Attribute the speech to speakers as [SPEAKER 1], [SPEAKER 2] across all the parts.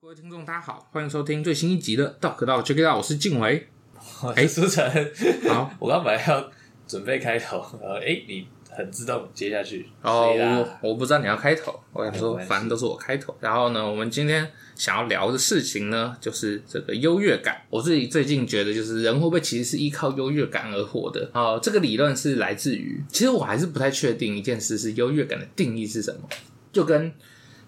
[SPEAKER 1] 各位听众，大家好，欢迎收听最新一集的《道可道 Check It Out》，我是静 伟。
[SPEAKER 2] 我哦
[SPEAKER 1] 哎
[SPEAKER 2] 是苏晨。
[SPEAKER 1] 好，
[SPEAKER 2] 我刚本来要准备开头，然后哎、诶你很自动接下去，所以
[SPEAKER 1] 哦
[SPEAKER 2] 啦，
[SPEAKER 1] 我我不知道你要开头，我想
[SPEAKER 2] 没
[SPEAKER 1] 说
[SPEAKER 2] 关系
[SPEAKER 1] 反正都是我开头。然后呢，我们今天想要聊的事情呢，就是这个优越感。我自己最近觉得，就是人会不会其实是依靠优越感而活的？哦，这个理论是来自于，其实我还是不太确定一件事是优越感的定义是什么，就跟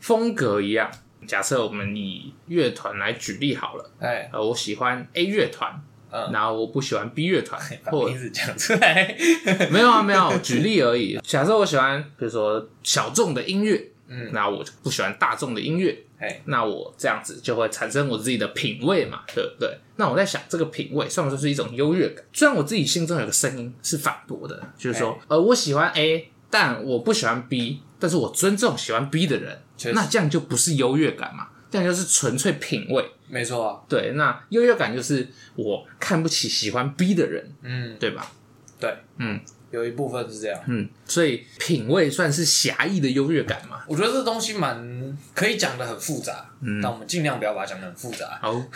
[SPEAKER 1] 风格一样。假设我们以乐团来举例好了，
[SPEAKER 2] 哎，
[SPEAKER 1] 呃，我喜欢 A 乐团，
[SPEAKER 2] 嗯哎
[SPEAKER 1] 然后我不喜欢 B 乐团，
[SPEAKER 2] 把
[SPEAKER 1] 或
[SPEAKER 2] 名字讲出来，
[SPEAKER 1] 没有啊，没有，举例而已。假设我喜欢，比如说小众的音乐，
[SPEAKER 2] 嗯
[SPEAKER 1] 那我就不喜欢大众的音乐，
[SPEAKER 2] 哎，
[SPEAKER 1] 那我这样子就会产生我自己的品味嘛，对不对？那我在想，这个品味算不算是一种优越感？虽然我自己心中有个声音是反驳的，就是说，呃，我喜欢 A，但我不喜欢 B，但是我尊重喜欢 B 的人
[SPEAKER 2] 确，实
[SPEAKER 1] 那这样就不是优越感嘛，这样就是纯粹品味。
[SPEAKER 2] 没错啊，
[SPEAKER 1] 对，那优越感就是我看不起喜欢 B 的人，
[SPEAKER 2] 嗯，
[SPEAKER 1] 对吧？
[SPEAKER 2] 对，
[SPEAKER 1] 嗯，
[SPEAKER 2] 有一部分是这样。
[SPEAKER 1] 嗯，所以品味算是狭义的优越感嘛？
[SPEAKER 2] 我觉得这东西蛮可以讲的很复杂，嗯，但我们尽量不要把它讲的很复杂，
[SPEAKER 1] 哦，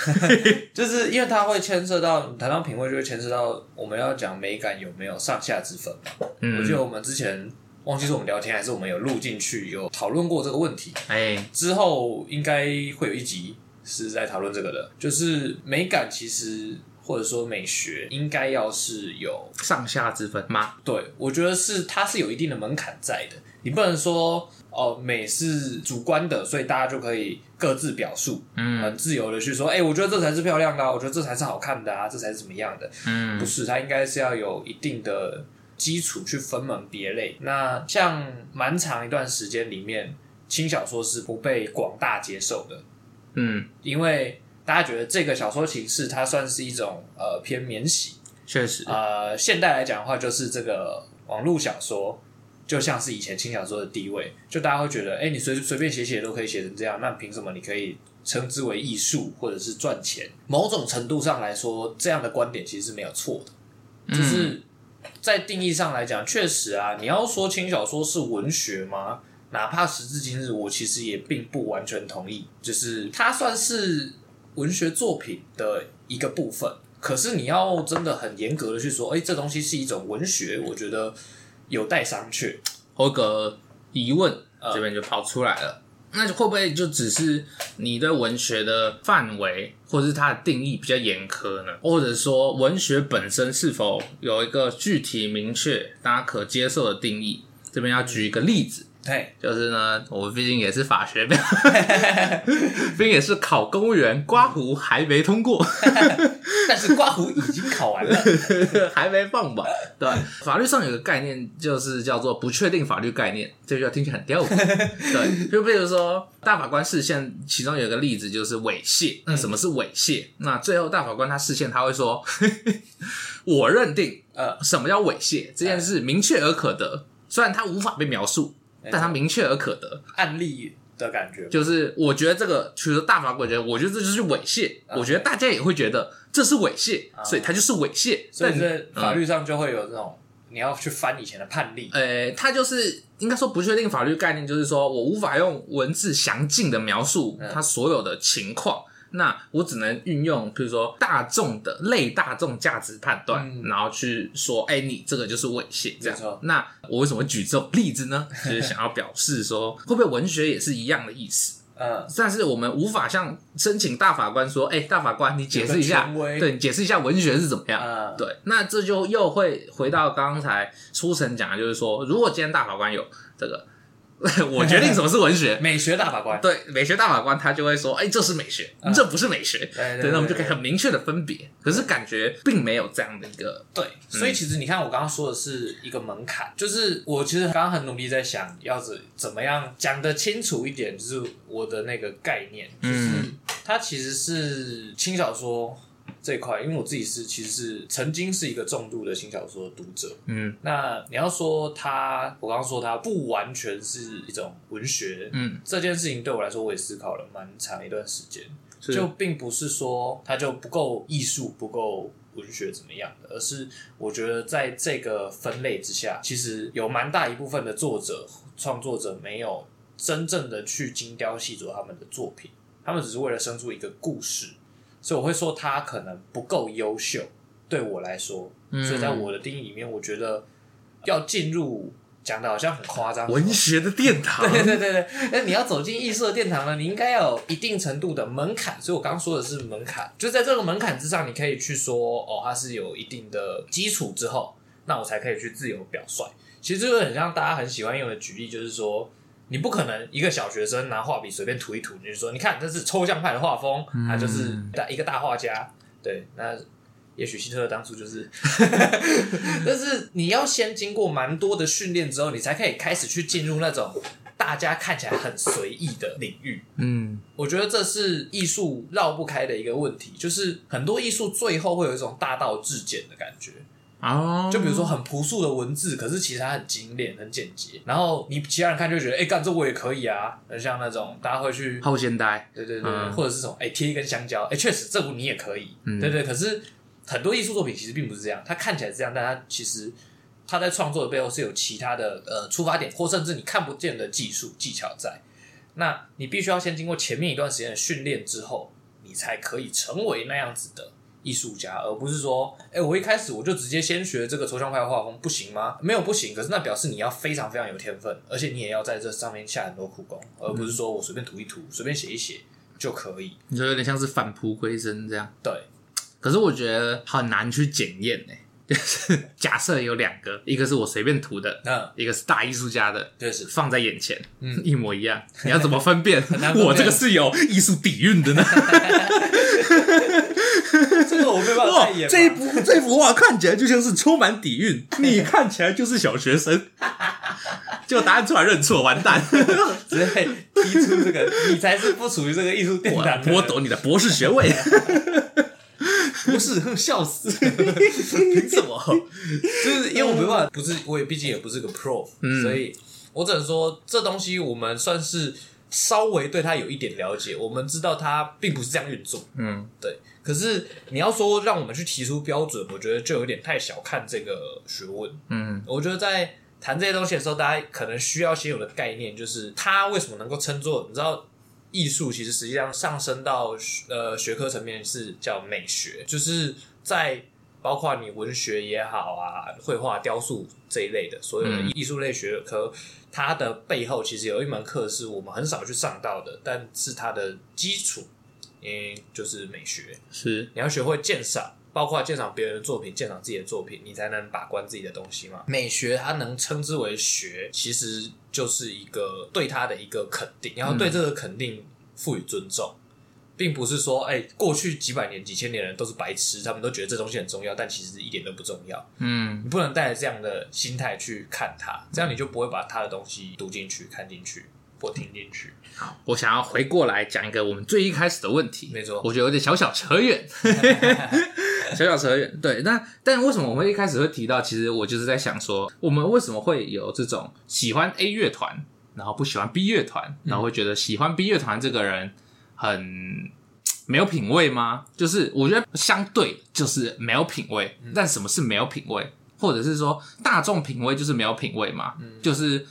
[SPEAKER 2] 就是因为它会牵涉到你谈到品味，就会牵涉到我们要讲美感有没有上下之分嘛。我
[SPEAKER 1] 嗯，
[SPEAKER 2] 记得我们之前忘记是我们聊天还是我们有录进去有讨论过这个问题，
[SPEAKER 1] 哎，
[SPEAKER 2] 之后应该会有一集是在讨论这个的，就是美感其实或者说美学应该要是有，
[SPEAKER 1] 上下之分吗？
[SPEAKER 2] 对我觉得是它是有一定的门槛在的，你不能说哦美是主观的，所以大家就可以各自表述，
[SPEAKER 1] 嗯
[SPEAKER 2] 很自由的去说，哎、我觉得这才是漂亮的、啊，我觉得这才是好看的啊，这才是怎么样的，不
[SPEAKER 1] 嗯
[SPEAKER 2] 是，它应该是要有一定的基础去分门别类。那像蛮长一段时间里面，轻小说是不被广大接受的，
[SPEAKER 1] 嗯，
[SPEAKER 2] 因为大家觉得这个小说形式它算是一种呃偏免洗，
[SPEAKER 1] 确实，
[SPEAKER 2] 呃，现代来讲的话，就是这个网络小说。就像是以前轻小说的地位，就大家会觉得，哎、你随随便写写都可以写成这样，那凭什么你可以称之为艺术或者是赚钱？某种程度上来说，这样的观点其实是没有错的。
[SPEAKER 1] 嗯
[SPEAKER 2] 就是在定义上来讲，确实啊，你要说轻小说是文学吗？哪怕时至今日，我其实也并不完全同意，就是它算是文学作品的一个部分。可是你要真的很严格的去说，哎、这东西是一种文学，我觉得有待商榷。
[SPEAKER 1] 我有个疑问这边就跑出来了。那会不会就只是你对文学的范围，或是它的定义比较严苛呢？或者说，文学本身是否有一个具体明确、大家可接受的定义？这边要举一个例子，
[SPEAKER 2] 嘿，
[SPEAKER 1] 就是呢，我毕竟也是法学 班，毕竟也是考公务员，刮胡还没通过，
[SPEAKER 2] 但是刮胡已经考完了，
[SPEAKER 1] 还没放榜。对，法律上有个概念，就是叫做不确定法律概念，这句话听起来很吊诡。对，就比如说大法官视线，其中有一个例子就是猥亵。那什么是猥亵？那最后大法官他视线他会说， 我认定
[SPEAKER 2] 呃，
[SPEAKER 1] 什么叫猥亵这件事明确而可得，虽然它无法被描述，但它明确而可得。
[SPEAKER 2] 案例的感觉，
[SPEAKER 1] 就是我觉得这个，比如说大法官觉得，我觉得这就是猥亵，
[SPEAKER 2] 啊
[SPEAKER 1] 我觉得大家也会觉得这是猥亵，所以它就是猥亵。
[SPEAKER 2] 所以
[SPEAKER 1] 但嗯
[SPEAKER 2] 这法律上就会有这种你要去翻以前的判例，
[SPEAKER 1] 呃，它就是应该说不确定法律概念，就是说我无法用文字详尽的描述
[SPEAKER 2] 嗯
[SPEAKER 1] 它所有的情况。那我只能运用，比如说大众的类大众价值判断，
[SPEAKER 2] 嗯
[SPEAKER 1] 然后去说，哎、你这个就是猥亵这样
[SPEAKER 2] 没错。
[SPEAKER 1] 那我为什么举这种例子呢？就是想要表示说，会不会文学也是一样的意思？
[SPEAKER 2] 嗯，
[SPEAKER 1] 但是我们无法向申请大法官说，哎、大法官，你解释一
[SPEAKER 2] 有个
[SPEAKER 1] 下
[SPEAKER 2] 权，威
[SPEAKER 1] 对，你解释一下文学是怎么样。
[SPEAKER 2] 啊
[SPEAKER 1] 对，那这就又会回到刚才初晨讲的，就是说，如果今天大法官有这个， 我决定什么是文 学，
[SPEAKER 2] 美学大法官，
[SPEAKER 1] 对，美学大法官他就会说，哎、这是美学，这不是美学。
[SPEAKER 2] 啊对
[SPEAKER 1] 对，那我们就可以很明确的分别。可是感觉并没有这样的一个，
[SPEAKER 2] 对，
[SPEAKER 1] 嗯
[SPEAKER 2] 所以其实你看，我刚刚说的是一个门槛，就是我其实刚刚很努力在想，要怎怎么样讲得清楚一点，就是我的那个概念，就是
[SPEAKER 1] 嗯
[SPEAKER 2] 它其实是轻小说这一块，因为我自己是其实是曾经是一个重度的轻小说读者，
[SPEAKER 1] 嗯
[SPEAKER 2] 那你要说它，我刚刚说它不完全是一种文学，
[SPEAKER 1] 嗯，
[SPEAKER 2] 这件事情对我来说，我也思考了蛮长一段时间。
[SPEAKER 1] 是
[SPEAKER 2] 就并不是说它就不够艺术、不够文学怎么样的，而是我觉得在这个分类之下，其实有蛮大一部分的作者、创作者没有真正的去精雕细琢他们的作品。他们只是为了生出一个故事，所以我会说他可能不够优秀，对我来说，所
[SPEAKER 1] 嗯
[SPEAKER 2] 以在我的定义里面，我觉得要进入讲的好像很夸张，
[SPEAKER 3] 文学的殿堂，
[SPEAKER 2] 对对对对，那你要走进艺术的殿堂呢，你应该要有一定程度的门槛。所以我刚刚说的是门槛，就在这个门槛之上，你可以去说哦，它是有一定的基础之后，那我才可以去自由表率。其实这个很像大家很喜欢用的举例，就是说。你不可能一个小学生拿画笔随便涂一涂，你就说你看这是抽象派的画风，他、就是大一个大画家。对，那也许希特勒当初就是，但是你要先经过蛮多的训练之后，你才可以开始去进入那种大家看起来很随意的领域。
[SPEAKER 1] 嗯，
[SPEAKER 2] 我觉得这是艺术绕不开的一个问题，就是很多艺术最后会有一种大道至简的感觉。
[SPEAKER 1] 哦，
[SPEAKER 2] 就比如说很朴素的文字，可是其实它很精炼、很简洁。然后你其他人看就觉得，哎、干这我也可以啊。很像那种大家会去
[SPEAKER 1] 后现代，
[SPEAKER 2] 对对对，
[SPEAKER 1] 嗯
[SPEAKER 2] 或者是什么，哎、贴一根香蕉，哎、确实这你也可以，
[SPEAKER 1] 嗯
[SPEAKER 2] 对对。可是很多艺术作品其实并不是这样，它看起来是这样，但它其实它在创作的背后是有其他的呃出发点，或甚至你看不见的技术技巧在。那你必须要先经过前面一段时间的训练之后，你才可以成为那样子的艺术家，而不是说，哎、我一开始我就直接先学这个抽象派画风，不行吗？没有不行，可是那表示你要非常非常有天分，而且你也要在这上面下很多苦功，而不是说我随便涂一涂，随便写一写就可以。
[SPEAKER 1] 你说有点像是返璞归真这样。
[SPEAKER 2] 对，
[SPEAKER 1] 可是我觉得很难去检验呢。 就是假设有两个，一个是我随便涂的，
[SPEAKER 2] 那
[SPEAKER 1] 一个是大艺术家的，
[SPEAKER 2] 确实
[SPEAKER 1] 放在眼前，
[SPEAKER 2] 嗯
[SPEAKER 1] 一模一样，你要怎么分 辨？
[SPEAKER 2] 难分辨
[SPEAKER 1] 我这个是有艺术底蕴 的呢。
[SPEAKER 2] 这个我没办
[SPEAKER 1] 哇
[SPEAKER 2] 法再演，
[SPEAKER 1] 这 一幅这幅画看起来就像是充满底蕴，你看起来就是小学生， 就答案出来认错，完蛋！
[SPEAKER 2] 直接踢出这个，你才是不属于这个艺术殿
[SPEAKER 1] 我
[SPEAKER 2] 堂的。
[SPEAKER 1] 剥夺你的博士学 位，
[SPEAKER 2] 不是，笑 死！
[SPEAKER 1] 凭什么？
[SPEAKER 2] 就是因为我没办法，不是我也毕竟也不
[SPEAKER 1] 嗯
[SPEAKER 2] 是个 pro，、所以我只能说这东西我们算是稍微对它有一点了解，我们知道它并不是这样运作。
[SPEAKER 1] 嗯，
[SPEAKER 2] 对。可是你要说让我们去提出标准，我觉得就有点太小看这个学问。
[SPEAKER 1] 嗯，
[SPEAKER 2] 我觉得在谈这些东西的时候，大家可能需要先有的概念，就是它为什么能够称作，你知道。艺术其实实际上上升到学呃学科层面是叫美学，就是在包括你文学也好啊，绘画、雕塑这一类的所有的艺术类学科，它的背后其实有一门课是我们很少去上到的，但是它的基础，嗯，就是美学。
[SPEAKER 1] 是
[SPEAKER 2] 你要学会鉴赏，包括鉴赏别人的作品、鉴赏自己的作品，你才能把关自己的东西嘛。美学它能称之为学，其实就是一个对它的一个肯定，然
[SPEAKER 1] 嗯
[SPEAKER 2] 后对这个肯定赋予尊重。并不是说，哎、过去几百年、几千年的人都是白痴，他们都觉得这东西很重要，但其实一点都不重要。
[SPEAKER 1] 嗯
[SPEAKER 2] 你不能带着这样的心态去看它，这样你就不会把他的东西读进去、看进去或听进去。
[SPEAKER 1] 我想要回过来讲一个我们最一开始的问题，
[SPEAKER 2] 没错
[SPEAKER 1] 我觉得有点小小扯远， 小小扯远。对，那但为什么我会一开始会提到？其实我就是在想说，我们为什么会有这种喜欢 A 乐团，然后不喜欢 B 乐团，然后会觉得喜欢 B 乐团这个人很没有品味吗？就是我觉得相对就是没有品味，但什么是没有品味，或者是说大众品味就是没有品味嘛？就是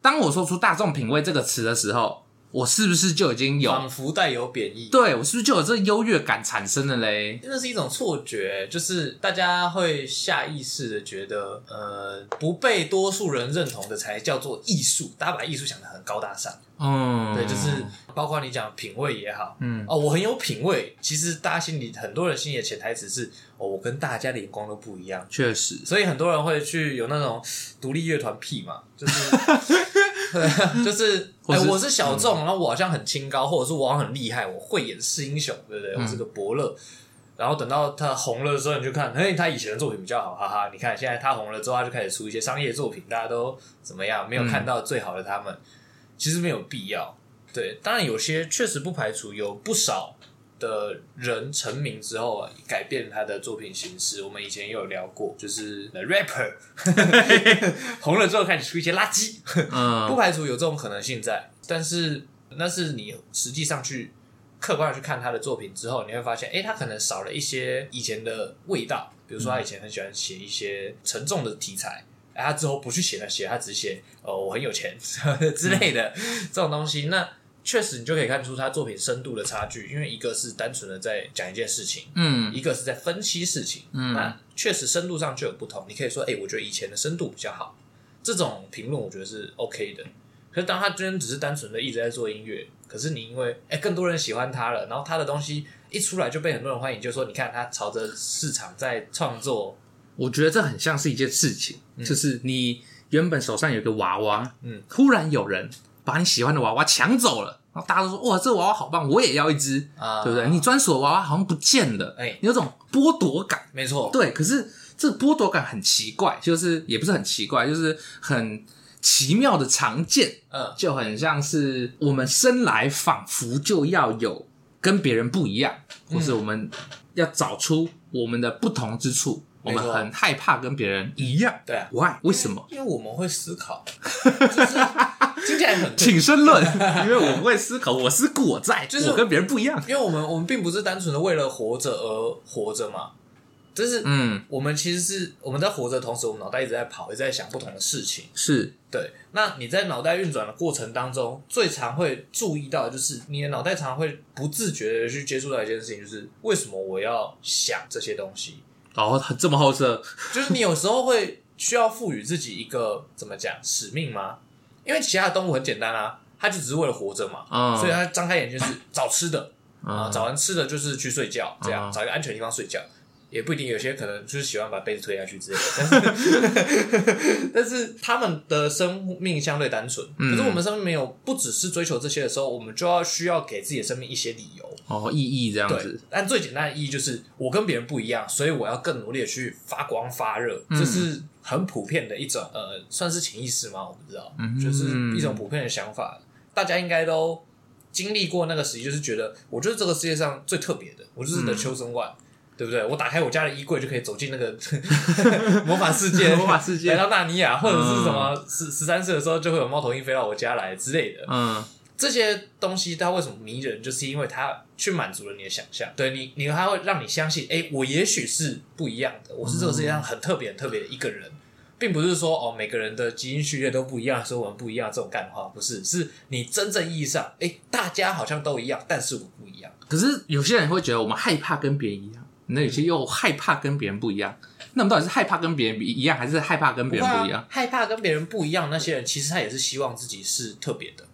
[SPEAKER 1] 当我说出大众品味这个词的时候，我是不是就已经有
[SPEAKER 2] 仿佛带有贬义，
[SPEAKER 1] 对我是不是就有这优越感产生了嘞？
[SPEAKER 2] 那是一种错觉，就是大家会下意识的觉得，呃，不被多数人认同的才叫做艺术。大家把艺术想得很高大上，
[SPEAKER 1] 嗯，
[SPEAKER 2] 对，就是包括你讲品味也好，
[SPEAKER 1] 嗯
[SPEAKER 2] 哦，我很有品味。其实大家心里很多人心里的潜台词是，哦，我跟大家的眼光都不一样，
[SPEAKER 1] 确实，
[SPEAKER 2] 所以很多人会去有那种独立乐团癖嘛，就是 就是，
[SPEAKER 1] 或
[SPEAKER 2] 哎、
[SPEAKER 1] 是
[SPEAKER 2] 我是小众，然后我好像很清高，或者是我好像很厉害，我会演是英雄，对不对？我是个伯乐。然后等到他红了之后，你就看，嘿，他以前的作品比较好，哈哈。你看现在他红了之后，他就开始出一些商业作品，大家都怎么样？没有看到最好的他们，其实没有必要。对，当然有些确实不排除有不少的人成名之后啊，改变他的作品形式。我们以前也有聊过，就是 the rapper 红了之后开始出一些垃圾，不
[SPEAKER 1] 嗯
[SPEAKER 2] 排除有这种可能性在。但是那是你实际上去客观的去看他的作品之后，你会发现，哎、他可能少了一些以前的味道。比如说，他以前很喜欢写一些沉重的题材，哎， 他之后不去写那些，他只写呃我很有钱之类的、这种东西。那确实你就可以看出他作品深度的差距，因为一个是单纯的在讲一件事情，
[SPEAKER 1] 嗯
[SPEAKER 2] 一个是在分析事情，
[SPEAKER 1] 嗯
[SPEAKER 2] 那确实深度上就有不同。你可以说，哎、我觉得以前的深度比较好，这种评论我觉得是 OK 的。可是当他真只是单纯的一直在做音乐，可是你因为哎、更多人喜欢他了，然后他的东西一出来就被很多人欢迎，就说你看他朝着市场在创作，
[SPEAKER 1] 我觉得这很像是一件事情，就是你原本手上有一个娃娃，
[SPEAKER 2] 嗯，
[SPEAKER 1] 忽然有人把你喜欢的娃娃抢走了，然后大家都说哇，这娃娃好棒，我也要一只，
[SPEAKER 2] 啊
[SPEAKER 1] 对不对？你专属的娃娃好像不见了，
[SPEAKER 2] 哎
[SPEAKER 1] 你有种剥夺感。
[SPEAKER 2] 没错，
[SPEAKER 1] 对，可是这剥夺感很奇怪，就是也不是很奇怪，就是很奇妙的常见，
[SPEAKER 2] 嗯，
[SPEAKER 1] 就很像是我们生来仿佛就要有跟别人不一样，或是我们要找出我们的不同之处。我
[SPEAKER 2] 没错
[SPEAKER 1] 们很害怕跟别人一样
[SPEAKER 2] 对啊，
[SPEAKER 1] ，why？为什么？
[SPEAKER 2] 因为我们会思考，就是 听起来很
[SPEAKER 1] 请申论，因为我会思考，我思故我在，
[SPEAKER 2] 就是
[SPEAKER 1] 我跟别人不一样。
[SPEAKER 2] 因为我们我们并不是单纯的为了活着而活着嘛，就是
[SPEAKER 1] 嗯，
[SPEAKER 2] 我们其实是我们在活着的同时，我们脑袋一直在跑，一直在想不同的事情。
[SPEAKER 1] 是，
[SPEAKER 2] 对，那你在脑袋运转的过程当中，最常会注意到的就是你的脑袋常会不自觉的去接触到一件事情，就是为什么我要想这些东西？
[SPEAKER 1] 哦，这么后色，
[SPEAKER 2] 就是你有时候会需要赋予自己一个怎么讲使命吗？因为其他的动物很简单啊，它就只是为了活着嘛，
[SPEAKER 1] 嗯
[SPEAKER 2] 所以它张开眼就是找吃的，啊，
[SPEAKER 1] 啊
[SPEAKER 2] 找完吃的就是去睡觉，这样、
[SPEAKER 1] 嗯
[SPEAKER 2] 找一个安全的地方睡觉，也不一定。有些可能就是喜欢把被子推下去之 类的，但是 但是他们的生命相对单纯，
[SPEAKER 1] 嗯
[SPEAKER 2] 可是我们生命没有不只是追求这些的时候，我们就要需要给自己的生命一些理由。
[SPEAKER 1] 哦，意义这样
[SPEAKER 2] 对
[SPEAKER 1] 子，，
[SPEAKER 2] 但最简单的意义就是我跟别人不一样，所以我要更努力的去发光发热，
[SPEAKER 1] 嗯
[SPEAKER 2] 这是很普遍的一种呃，算是潜意识吗？我不知道，
[SPEAKER 1] 嗯
[SPEAKER 2] 就是一种普遍的想法，大家应该都经历过那个时期，就是觉得我就是这个世界上最特别的，我就是
[SPEAKER 1] 嗯
[SPEAKER 2] the chosen one。对不对？我打开我家的衣柜就可以走进 那个 魔法世界，
[SPEAKER 1] 魔法世界
[SPEAKER 2] 来到纳尼亚，或者是什么十十三岁的时候就会有猫头鹰飞到我家来之类的。
[SPEAKER 1] 嗯，
[SPEAKER 2] 这些东西它为什么迷人，就是因为它去满足了你的想象，对你，你它会让你相信，哎，我也许是不一样的，我是这个世界上很特别、很特别的一个人，并不是说哦每个人的基因序列都不一样，所以我们不一样这种干话，不是，是你真正意义上，哎，大家好像都一样，但是我不一样，
[SPEAKER 1] 可是有些人会觉得我们害怕跟别人一样，那有些又害怕跟别人不一样。那我们到底是害怕跟别人一样，还是害怕跟别人不一
[SPEAKER 2] 会
[SPEAKER 1] 样
[SPEAKER 2] 啊？害怕跟别人不一样，那些人其实他也是希望自己是特别的，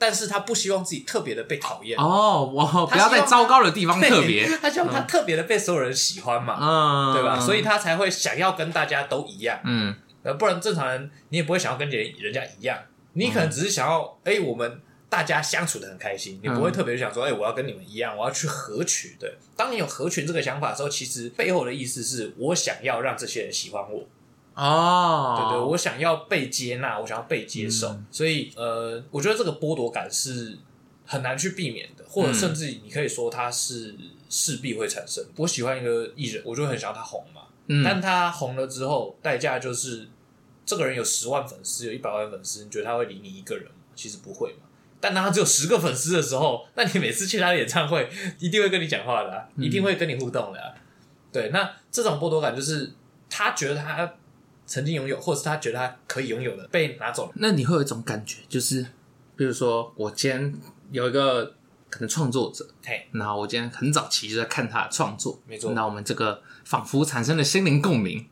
[SPEAKER 2] 但是他不希望自己特别的被讨厌，
[SPEAKER 1] 哦，我不
[SPEAKER 2] 他希望
[SPEAKER 1] 要在糟糕的地方
[SPEAKER 2] 对
[SPEAKER 1] 特别，
[SPEAKER 2] 他希望他特别的被所有人喜欢嘛，
[SPEAKER 1] 嗯，
[SPEAKER 2] 对吧？所以他才会想要跟大家都一样，
[SPEAKER 1] 嗯
[SPEAKER 2] 呃，不然正常人你也不会想要跟人人家一样，你可能只是想要，哎、我们大家相处的很开心，你不会
[SPEAKER 1] 嗯
[SPEAKER 2] 特别想说，哎、我要跟你们一样，我要去合群。对，当你有合群这个想法的时候，其实背后的意思是我想要让这些人喜欢我，
[SPEAKER 1] 哦，嗯
[SPEAKER 2] 对对，我想要被接纳，我想要被接受，所以呃，我觉得这个剥夺感是很难去避免的，或者
[SPEAKER 1] 嗯
[SPEAKER 2] 甚至你可以说它是势必会产生。我喜欢一个艺人，我就很想要他红嘛，
[SPEAKER 1] 嗯
[SPEAKER 2] 但他红了之后，代价就是这个人有十万粉丝，有一百万粉丝，你觉得他会理你一个人吗？其实不会嘛。但当他只有十个粉丝的时候，那你每次去他的演唱会，一定会跟你讲话的、啊，一定会跟你互动的、啊。对，那这种剥夺感就是他觉得他曾经拥有，或是他觉得他可以拥有的被拿走了。
[SPEAKER 1] 那你会有一种感觉，就是比如说我今天有一个可能创作者，
[SPEAKER 2] 嘿，
[SPEAKER 1] 然后我今天很早期就在看他的创作，
[SPEAKER 2] 没错
[SPEAKER 1] 那我们这个仿佛产生了心灵共 鸣，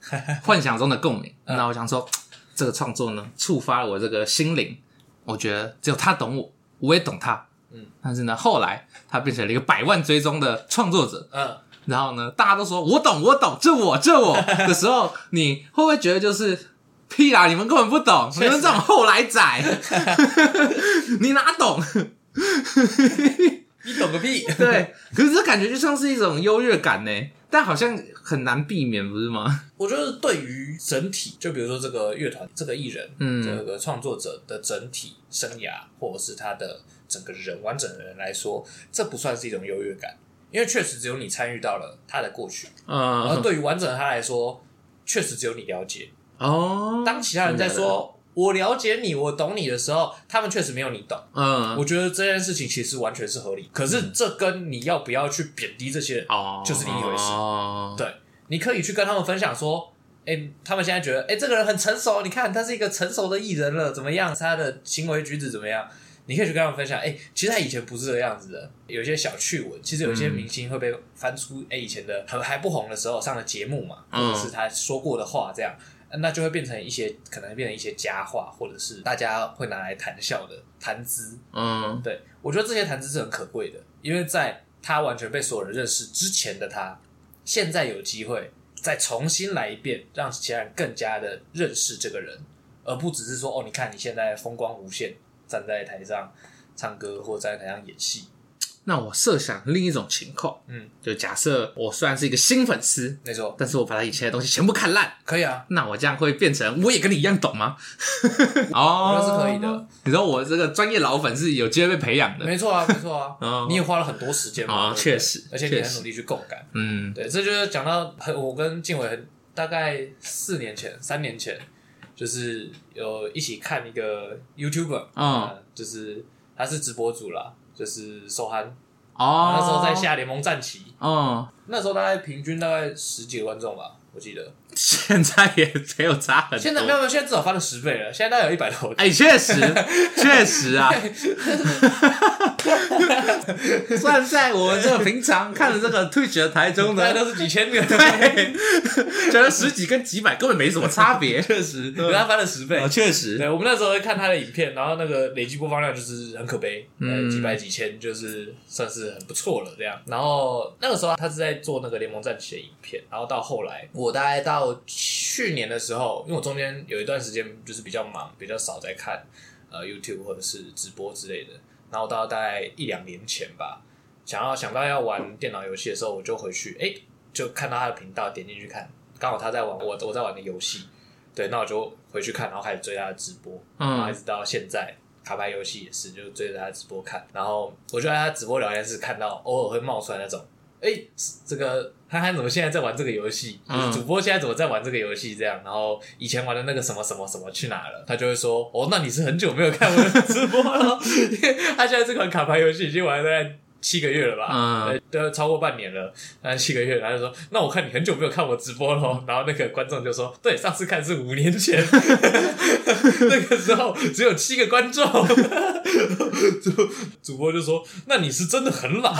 [SPEAKER 1] 幻想中的共鸣。
[SPEAKER 2] 嗯
[SPEAKER 1] 那我想说，这个创作呢，触发了我这个心灵。我觉得只有他懂我，我也懂他。
[SPEAKER 2] 嗯，
[SPEAKER 1] 但是呢，后来他变成了一个百万追踪的创作者，
[SPEAKER 2] 嗯，
[SPEAKER 1] 然后呢，大家都说我懂，我懂，这我这我的时候，你会不会觉得就是屁啦？你们根本不懂，你
[SPEAKER 2] 实
[SPEAKER 1] 们这种后来仔， 你哪懂？
[SPEAKER 2] 你懂个屁！
[SPEAKER 1] 对，可是这感觉就像是一种优越感呢，但好像很难避免，不是吗？
[SPEAKER 2] 我觉得对于整体，就比如说这个乐团、这个艺人、
[SPEAKER 1] 嗯
[SPEAKER 2] 这个创作者的整体生涯，或者是他的整个人完整的人来说，这不算是一种优越感，因为确实只有你参与到了他的过去，而
[SPEAKER 1] 呃，
[SPEAKER 2] 对于完整的他来说，确实只有你了解。
[SPEAKER 1] 哦，
[SPEAKER 2] 当其他人在说“我了解你，我懂你”的时候，他们确实没有你懂。
[SPEAKER 1] 嗯，
[SPEAKER 2] 我觉得这件事情其实完全是合理，可是这跟你要不要去贬低这些人
[SPEAKER 1] 哦，
[SPEAKER 2] 就是另一回事
[SPEAKER 1] 哦，
[SPEAKER 2] 对，你可以去跟他们分享说，哎、他们现在觉得，哎、这个人很成熟，你看他是一个成熟的艺人了，怎么样？他的行为举止怎么样？你可以去跟他们分享，哎、其实他以前不是这个样子的，有一些小趣闻，其实有些
[SPEAKER 1] 嗯
[SPEAKER 2] 明星会被翻出，哎、以前的还还不红的时候上的节目嘛，或
[SPEAKER 1] 嗯
[SPEAKER 2] 者是他说过的话这样。那就会变成一些可能变成一些佳话，或者是大家会拿来谈笑的谈资。
[SPEAKER 1] 嗯
[SPEAKER 2] 对我觉得这些谈资是很可贵的，因为在他完全被所有人认识之前的他，现在有机会再重新来一遍，让其他人更加的认识这个人，而不只是说哦，你看你现在风光无限，站在台上唱歌或站在台上演戏。
[SPEAKER 1] 那我设想另一种情况，
[SPEAKER 2] 嗯，
[SPEAKER 1] 就假设我虽然是一个新粉丝，
[SPEAKER 2] 那时候
[SPEAKER 1] 但是我把他以前的东西全部看烂，
[SPEAKER 2] 可以啊，
[SPEAKER 1] 那我这样会变成我也跟你一样懂 吗？哦，
[SPEAKER 2] 我觉得是可以的。
[SPEAKER 1] 你说我这个专业老粉是有机会被培养的，
[SPEAKER 2] 没错啊，没 错啊，
[SPEAKER 1] 嗯
[SPEAKER 2] 你也花了很多时间嘛，
[SPEAKER 1] 啊
[SPEAKER 2] 对不对
[SPEAKER 1] 确实
[SPEAKER 2] 而且你
[SPEAKER 1] 确
[SPEAKER 2] 很
[SPEAKER 1] 实
[SPEAKER 2] 努力去共感。
[SPEAKER 1] 嗯
[SPEAKER 2] 对，这就是讲到很我跟静伟很大概四年前、三年前，就是有一起看一个 YouTuber，
[SPEAKER 1] 嗯
[SPEAKER 2] 呃就是他是直播主啦，就是收憨，
[SPEAKER 1] 哦
[SPEAKER 2] 那，时候在下联盟战旗，
[SPEAKER 1] 哦，
[SPEAKER 2] 那时候大概平均大概十几个观众吧，我记得。
[SPEAKER 1] 现在也没有差很多，
[SPEAKER 2] 现在没有，没有，现在至少翻了十倍了，现在大概有一百多。
[SPEAKER 1] 哎，确 实，确实啊。 虽然在我们这个平常看的这个 Twitch 的台中
[SPEAKER 2] 大概
[SPEAKER 1] 呢，
[SPEAKER 2] 都是几千个，
[SPEAKER 1] 对，觉得十几跟几百根本没什么差别。 确实，
[SPEAKER 2] 可是他翻了十倍
[SPEAKER 1] 啊，。确实，
[SPEAKER 2] 对，我们那时候会看他的影片，然后那个累计播放量就是很可悲，
[SPEAKER 1] 嗯
[SPEAKER 2] 嗯，几百几千，就是算是很不错了这样。然后那个时候他是在做那个联盟战旗的影片，然后到后来我大概到去年的时候，因为我中间有一段时间就是比较忙，比较少在看呃 YouTube 或者是直播之类的。然后到大概一两年前吧，想要想到要玩电脑游戏的时候，我就回去，哎、就看到他的频道，点进去看，刚好他在玩我我在玩的游戏，对，那我就回去看，然后开始追他的直播，然后一
[SPEAKER 1] 嗯，
[SPEAKER 2] 直到现在。卡牌游戏也是，就追着他的直播看，然后我就在他直播聊天室看到，偶尔会冒出来那种，哎、这个憨憨怎么现在在玩这个游戏？
[SPEAKER 1] 嗯
[SPEAKER 2] 主播现在怎么在玩这个游戏？这样，然后以前玩的那个什么什么什么去哪了？他就会说，哦，那你是很久没有看我的直播了， 因为他现在这款卡牌游戏已经玩了大概七个月了吧？
[SPEAKER 1] 嗯
[SPEAKER 2] 呃，都要超过半年了，那七个月，他就说，那我看你很久没有看我直播了，哦然后那个观众就说，对，上次看是五年前， 那个时候只有七个观众，主主播就说，那你是真的很老，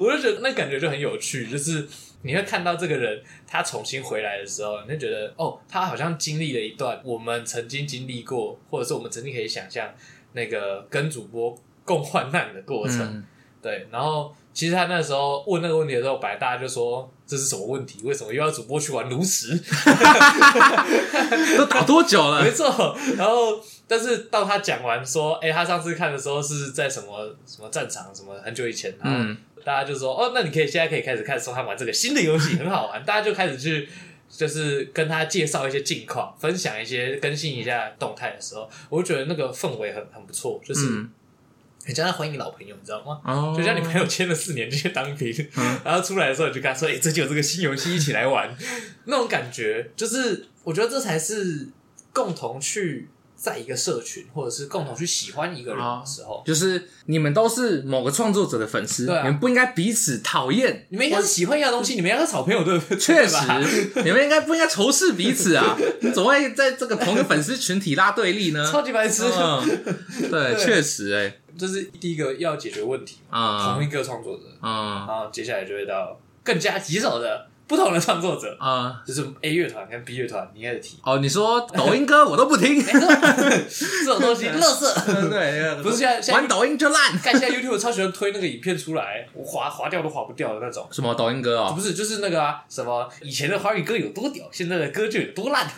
[SPEAKER 2] 我就觉得那感觉就很有趣，就是。你会看到这个人，他重新回来的时候，你会觉得哦，他好像经历了一段我们曾经经历过，或者是我们曾经可以想象那个跟主播共患难的过程。
[SPEAKER 1] 嗯
[SPEAKER 2] 对，然后其实他那时候问那个问题的时候，本来大家就说这是什么问题？为什么又要主播去玩 炉石？
[SPEAKER 1] 都打多久了
[SPEAKER 2] 没？错。然后，但是到他讲完说，哎、他上次看的时候是在什么什么战场，什么很久以前，然后
[SPEAKER 1] 嗯，
[SPEAKER 2] 大家就说，哦，那你可以现在可以开始看说他玩这个新的游戏很好玩，大家就开始去。就是跟他介绍一些近况，分享一些更新一下动态的时候，我就觉得那个氛围很很不错，就是
[SPEAKER 1] 嗯，
[SPEAKER 2] 很像在欢迎老朋友，你知道吗？
[SPEAKER 1] 哦，
[SPEAKER 2] 就像你朋友签了四年就去当兵，
[SPEAKER 1] 嗯
[SPEAKER 2] 然后出来的时候你就跟他说：“哎、最近有这个新游戏，一起来玩。”那种感觉，就是我觉得这才是共同去在一个社群，或者是共同去喜欢一个人
[SPEAKER 1] 啊
[SPEAKER 2] 的时候。
[SPEAKER 1] 就是你们都是某个创作者的粉丝，
[SPEAKER 2] 对啊
[SPEAKER 1] 你们不应该彼此讨 厌。
[SPEAKER 2] 你们应该是喜欢一样东西，你们应该是好朋友，对不对？
[SPEAKER 1] 确实
[SPEAKER 2] 对 吧，
[SPEAKER 1] 你们应该不应该仇视彼此啊？怎么会在这个同一个粉丝群体拉对立呢？
[SPEAKER 2] 超级白痴，
[SPEAKER 1] 嗯， 对，确实、
[SPEAKER 2] 这是第一个要解决问题嘛。
[SPEAKER 1] 哎，
[SPEAKER 2] 同
[SPEAKER 1] 嗯
[SPEAKER 2] 一个创作者，
[SPEAKER 1] 嗯
[SPEAKER 2] 然后接下来就会到更加棘手的不同的创作者，
[SPEAKER 1] 嗯，
[SPEAKER 2] 就是 A 乐团跟 B 乐团，你开始提
[SPEAKER 1] 哦，你说抖音歌我都不听，
[SPEAKER 2] 这 种东西，哎乐色。
[SPEAKER 1] 对，
[SPEAKER 2] 不是现在现在
[SPEAKER 1] 玩抖音就烂，
[SPEAKER 2] 看现在 YouTube 超喜欢推那个影片出来，我划划掉都划不掉的那种。
[SPEAKER 1] 什么抖音歌哦？
[SPEAKER 2] 不是，就是那个啊，什么以前的华语歌有多屌，现在的歌就有多烂，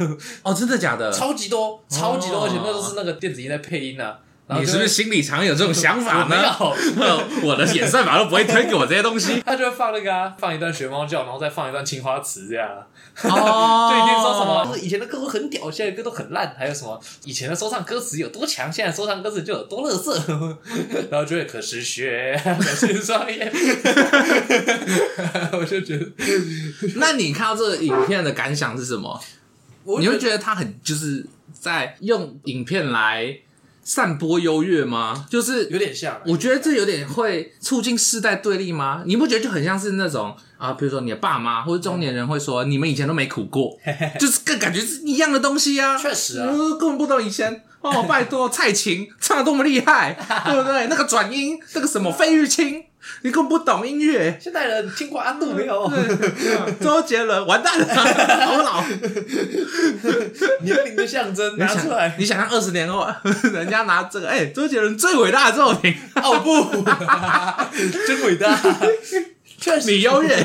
[SPEAKER 1] 哦，真的假的？
[SPEAKER 2] 超级多，超级多，
[SPEAKER 1] 哦
[SPEAKER 2] 而且那都是那个电子音在配音啊。然后
[SPEAKER 1] 你
[SPEAKER 2] 就是
[SPEAKER 1] 不是心里常有这种想法
[SPEAKER 2] 我没
[SPEAKER 1] 呢？
[SPEAKER 2] 有，
[SPEAKER 1] 我的演算法都不会推给我这些东西
[SPEAKER 2] 他就会放那个啊，放一段学猫叫，然后再放一段青花瓷这样啊。
[SPEAKER 1] 哦
[SPEAKER 2] 就一定说什么、就是以前的歌都很屌，现在的歌都很烂，还有什么以前的说唱歌词有多强，现在说唱歌词就有多乐色， 然后就会可是学，可是双眼， 我就觉得，
[SPEAKER 1] 那你看到这个影片的感想是什么？
[SPEAKER 2] 我
[SPEAKER 1] 你
[SPEAKER 2] 就
[SPEAKER 1] 会
[SPEAKER 2] 觉得
[SPEAKER 1] 觉得他很就是在用影片来散播优越吗？就是
[SPEAKER 2] 有点像，啊
[SPEAKER 1] 我觉得这有点会促进世代对立吗？你不觉得就很像是那种啊，比如说你的爸妈或者中年人会 说，你们以前都没苦过，就是更感觉是一样的东西啊。
[SPEAKER 2] 确实啊
[SPEAKER 1] 嗯根本不懂以前。 哦，拜托，蔡琴唱的多么厉害，对不对？那个转音，那个什么费玉清，你根本不懂音乐。
[SPEAKER 2] 现代人听过安度没有？
[SPEAKER 1] 周杰伦完蛋了， 好老。
[SPEAKER 2] 年龄的象征拿出来。
[SPEAKER 1] 你想想二十年后， 人家拿这个，哎、周杰伦最伟大的作品，
[SPEAKER 2] 哦不，真伟大， 确 实
[SPEAKER 1] 你优越。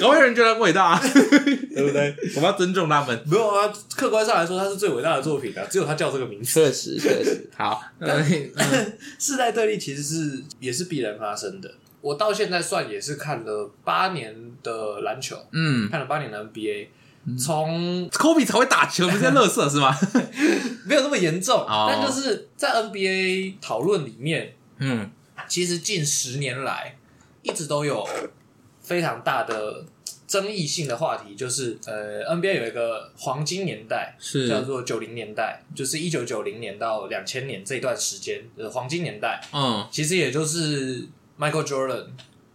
[SPEAKER 1] 搞不好有人觉得很伟大、 啊，
[SPEAKER 2] 对不对？
[SPEAKER 1] 我们要尊重他们。
[SPEAKER 2] 没有啊，客观上来说，它是最伟大的作品啊，只有它叫这个名字。
[SPEAKER 1] 确实，确实。好，那你
[SPEAKER 2] 世代对立其实是也是必然发生的。我到现在算也是看了八年的篮球，
[SPEAKER 1] 嗯
[SPEAKER 2] 看了八年的 NBA，从、
[SPEAKER 1] 科比才会打球，不是在乐色是吗？
[SPEAKER 2] 没有那么严重，
[SPEAKER 1] 哦
[SPEAKER 2] 但就是在 NBA 讨论里面，
[SPEAKER 1] 嗯，
[SPEAKER 2] 其实近十年来一直都有非常大的争议性的话题，就是呃，NBA 有一个黄金年代，
[SPEAKER 1] 是
[SPEAKER 2] 叫做九零年代，就是一九九零年到两千年这一段时间的黄金年代，
[SPEAKER 1] 嗯
[SPEAKER 2] 其实也就是 Michael Jordan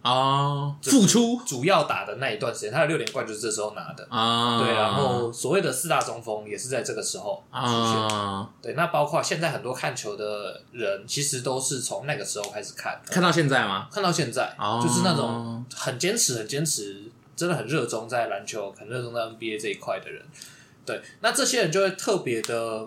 [SPEAKER 1] 哦，
[SPEAKER 2] 就是
[SPEAKER 1] 付出
[SPEAKER 2] 主要打的那一段时间，他的六连冠就是这时候拿的。
[SPEAKER 1] 啊，
[SPEAKER 2] 对，然后所谓的四大中锋也是在这个时候出现。
[SPEAKER 1] 啊，
[SPEAKER 2] 对，那包括现在很多看球的人，其实都是从那个时候开始看的，
[SPEAKER 1] 看到现在吗？
[SPEAKER 2] 看到现在，
[SPEAKER 1] 哦
[SPEAKER 2] 就是那种很坚持、很坚持，真的很热衷在篮球、很热衷在 NBA 这一块的人。对，那这些人就会特别的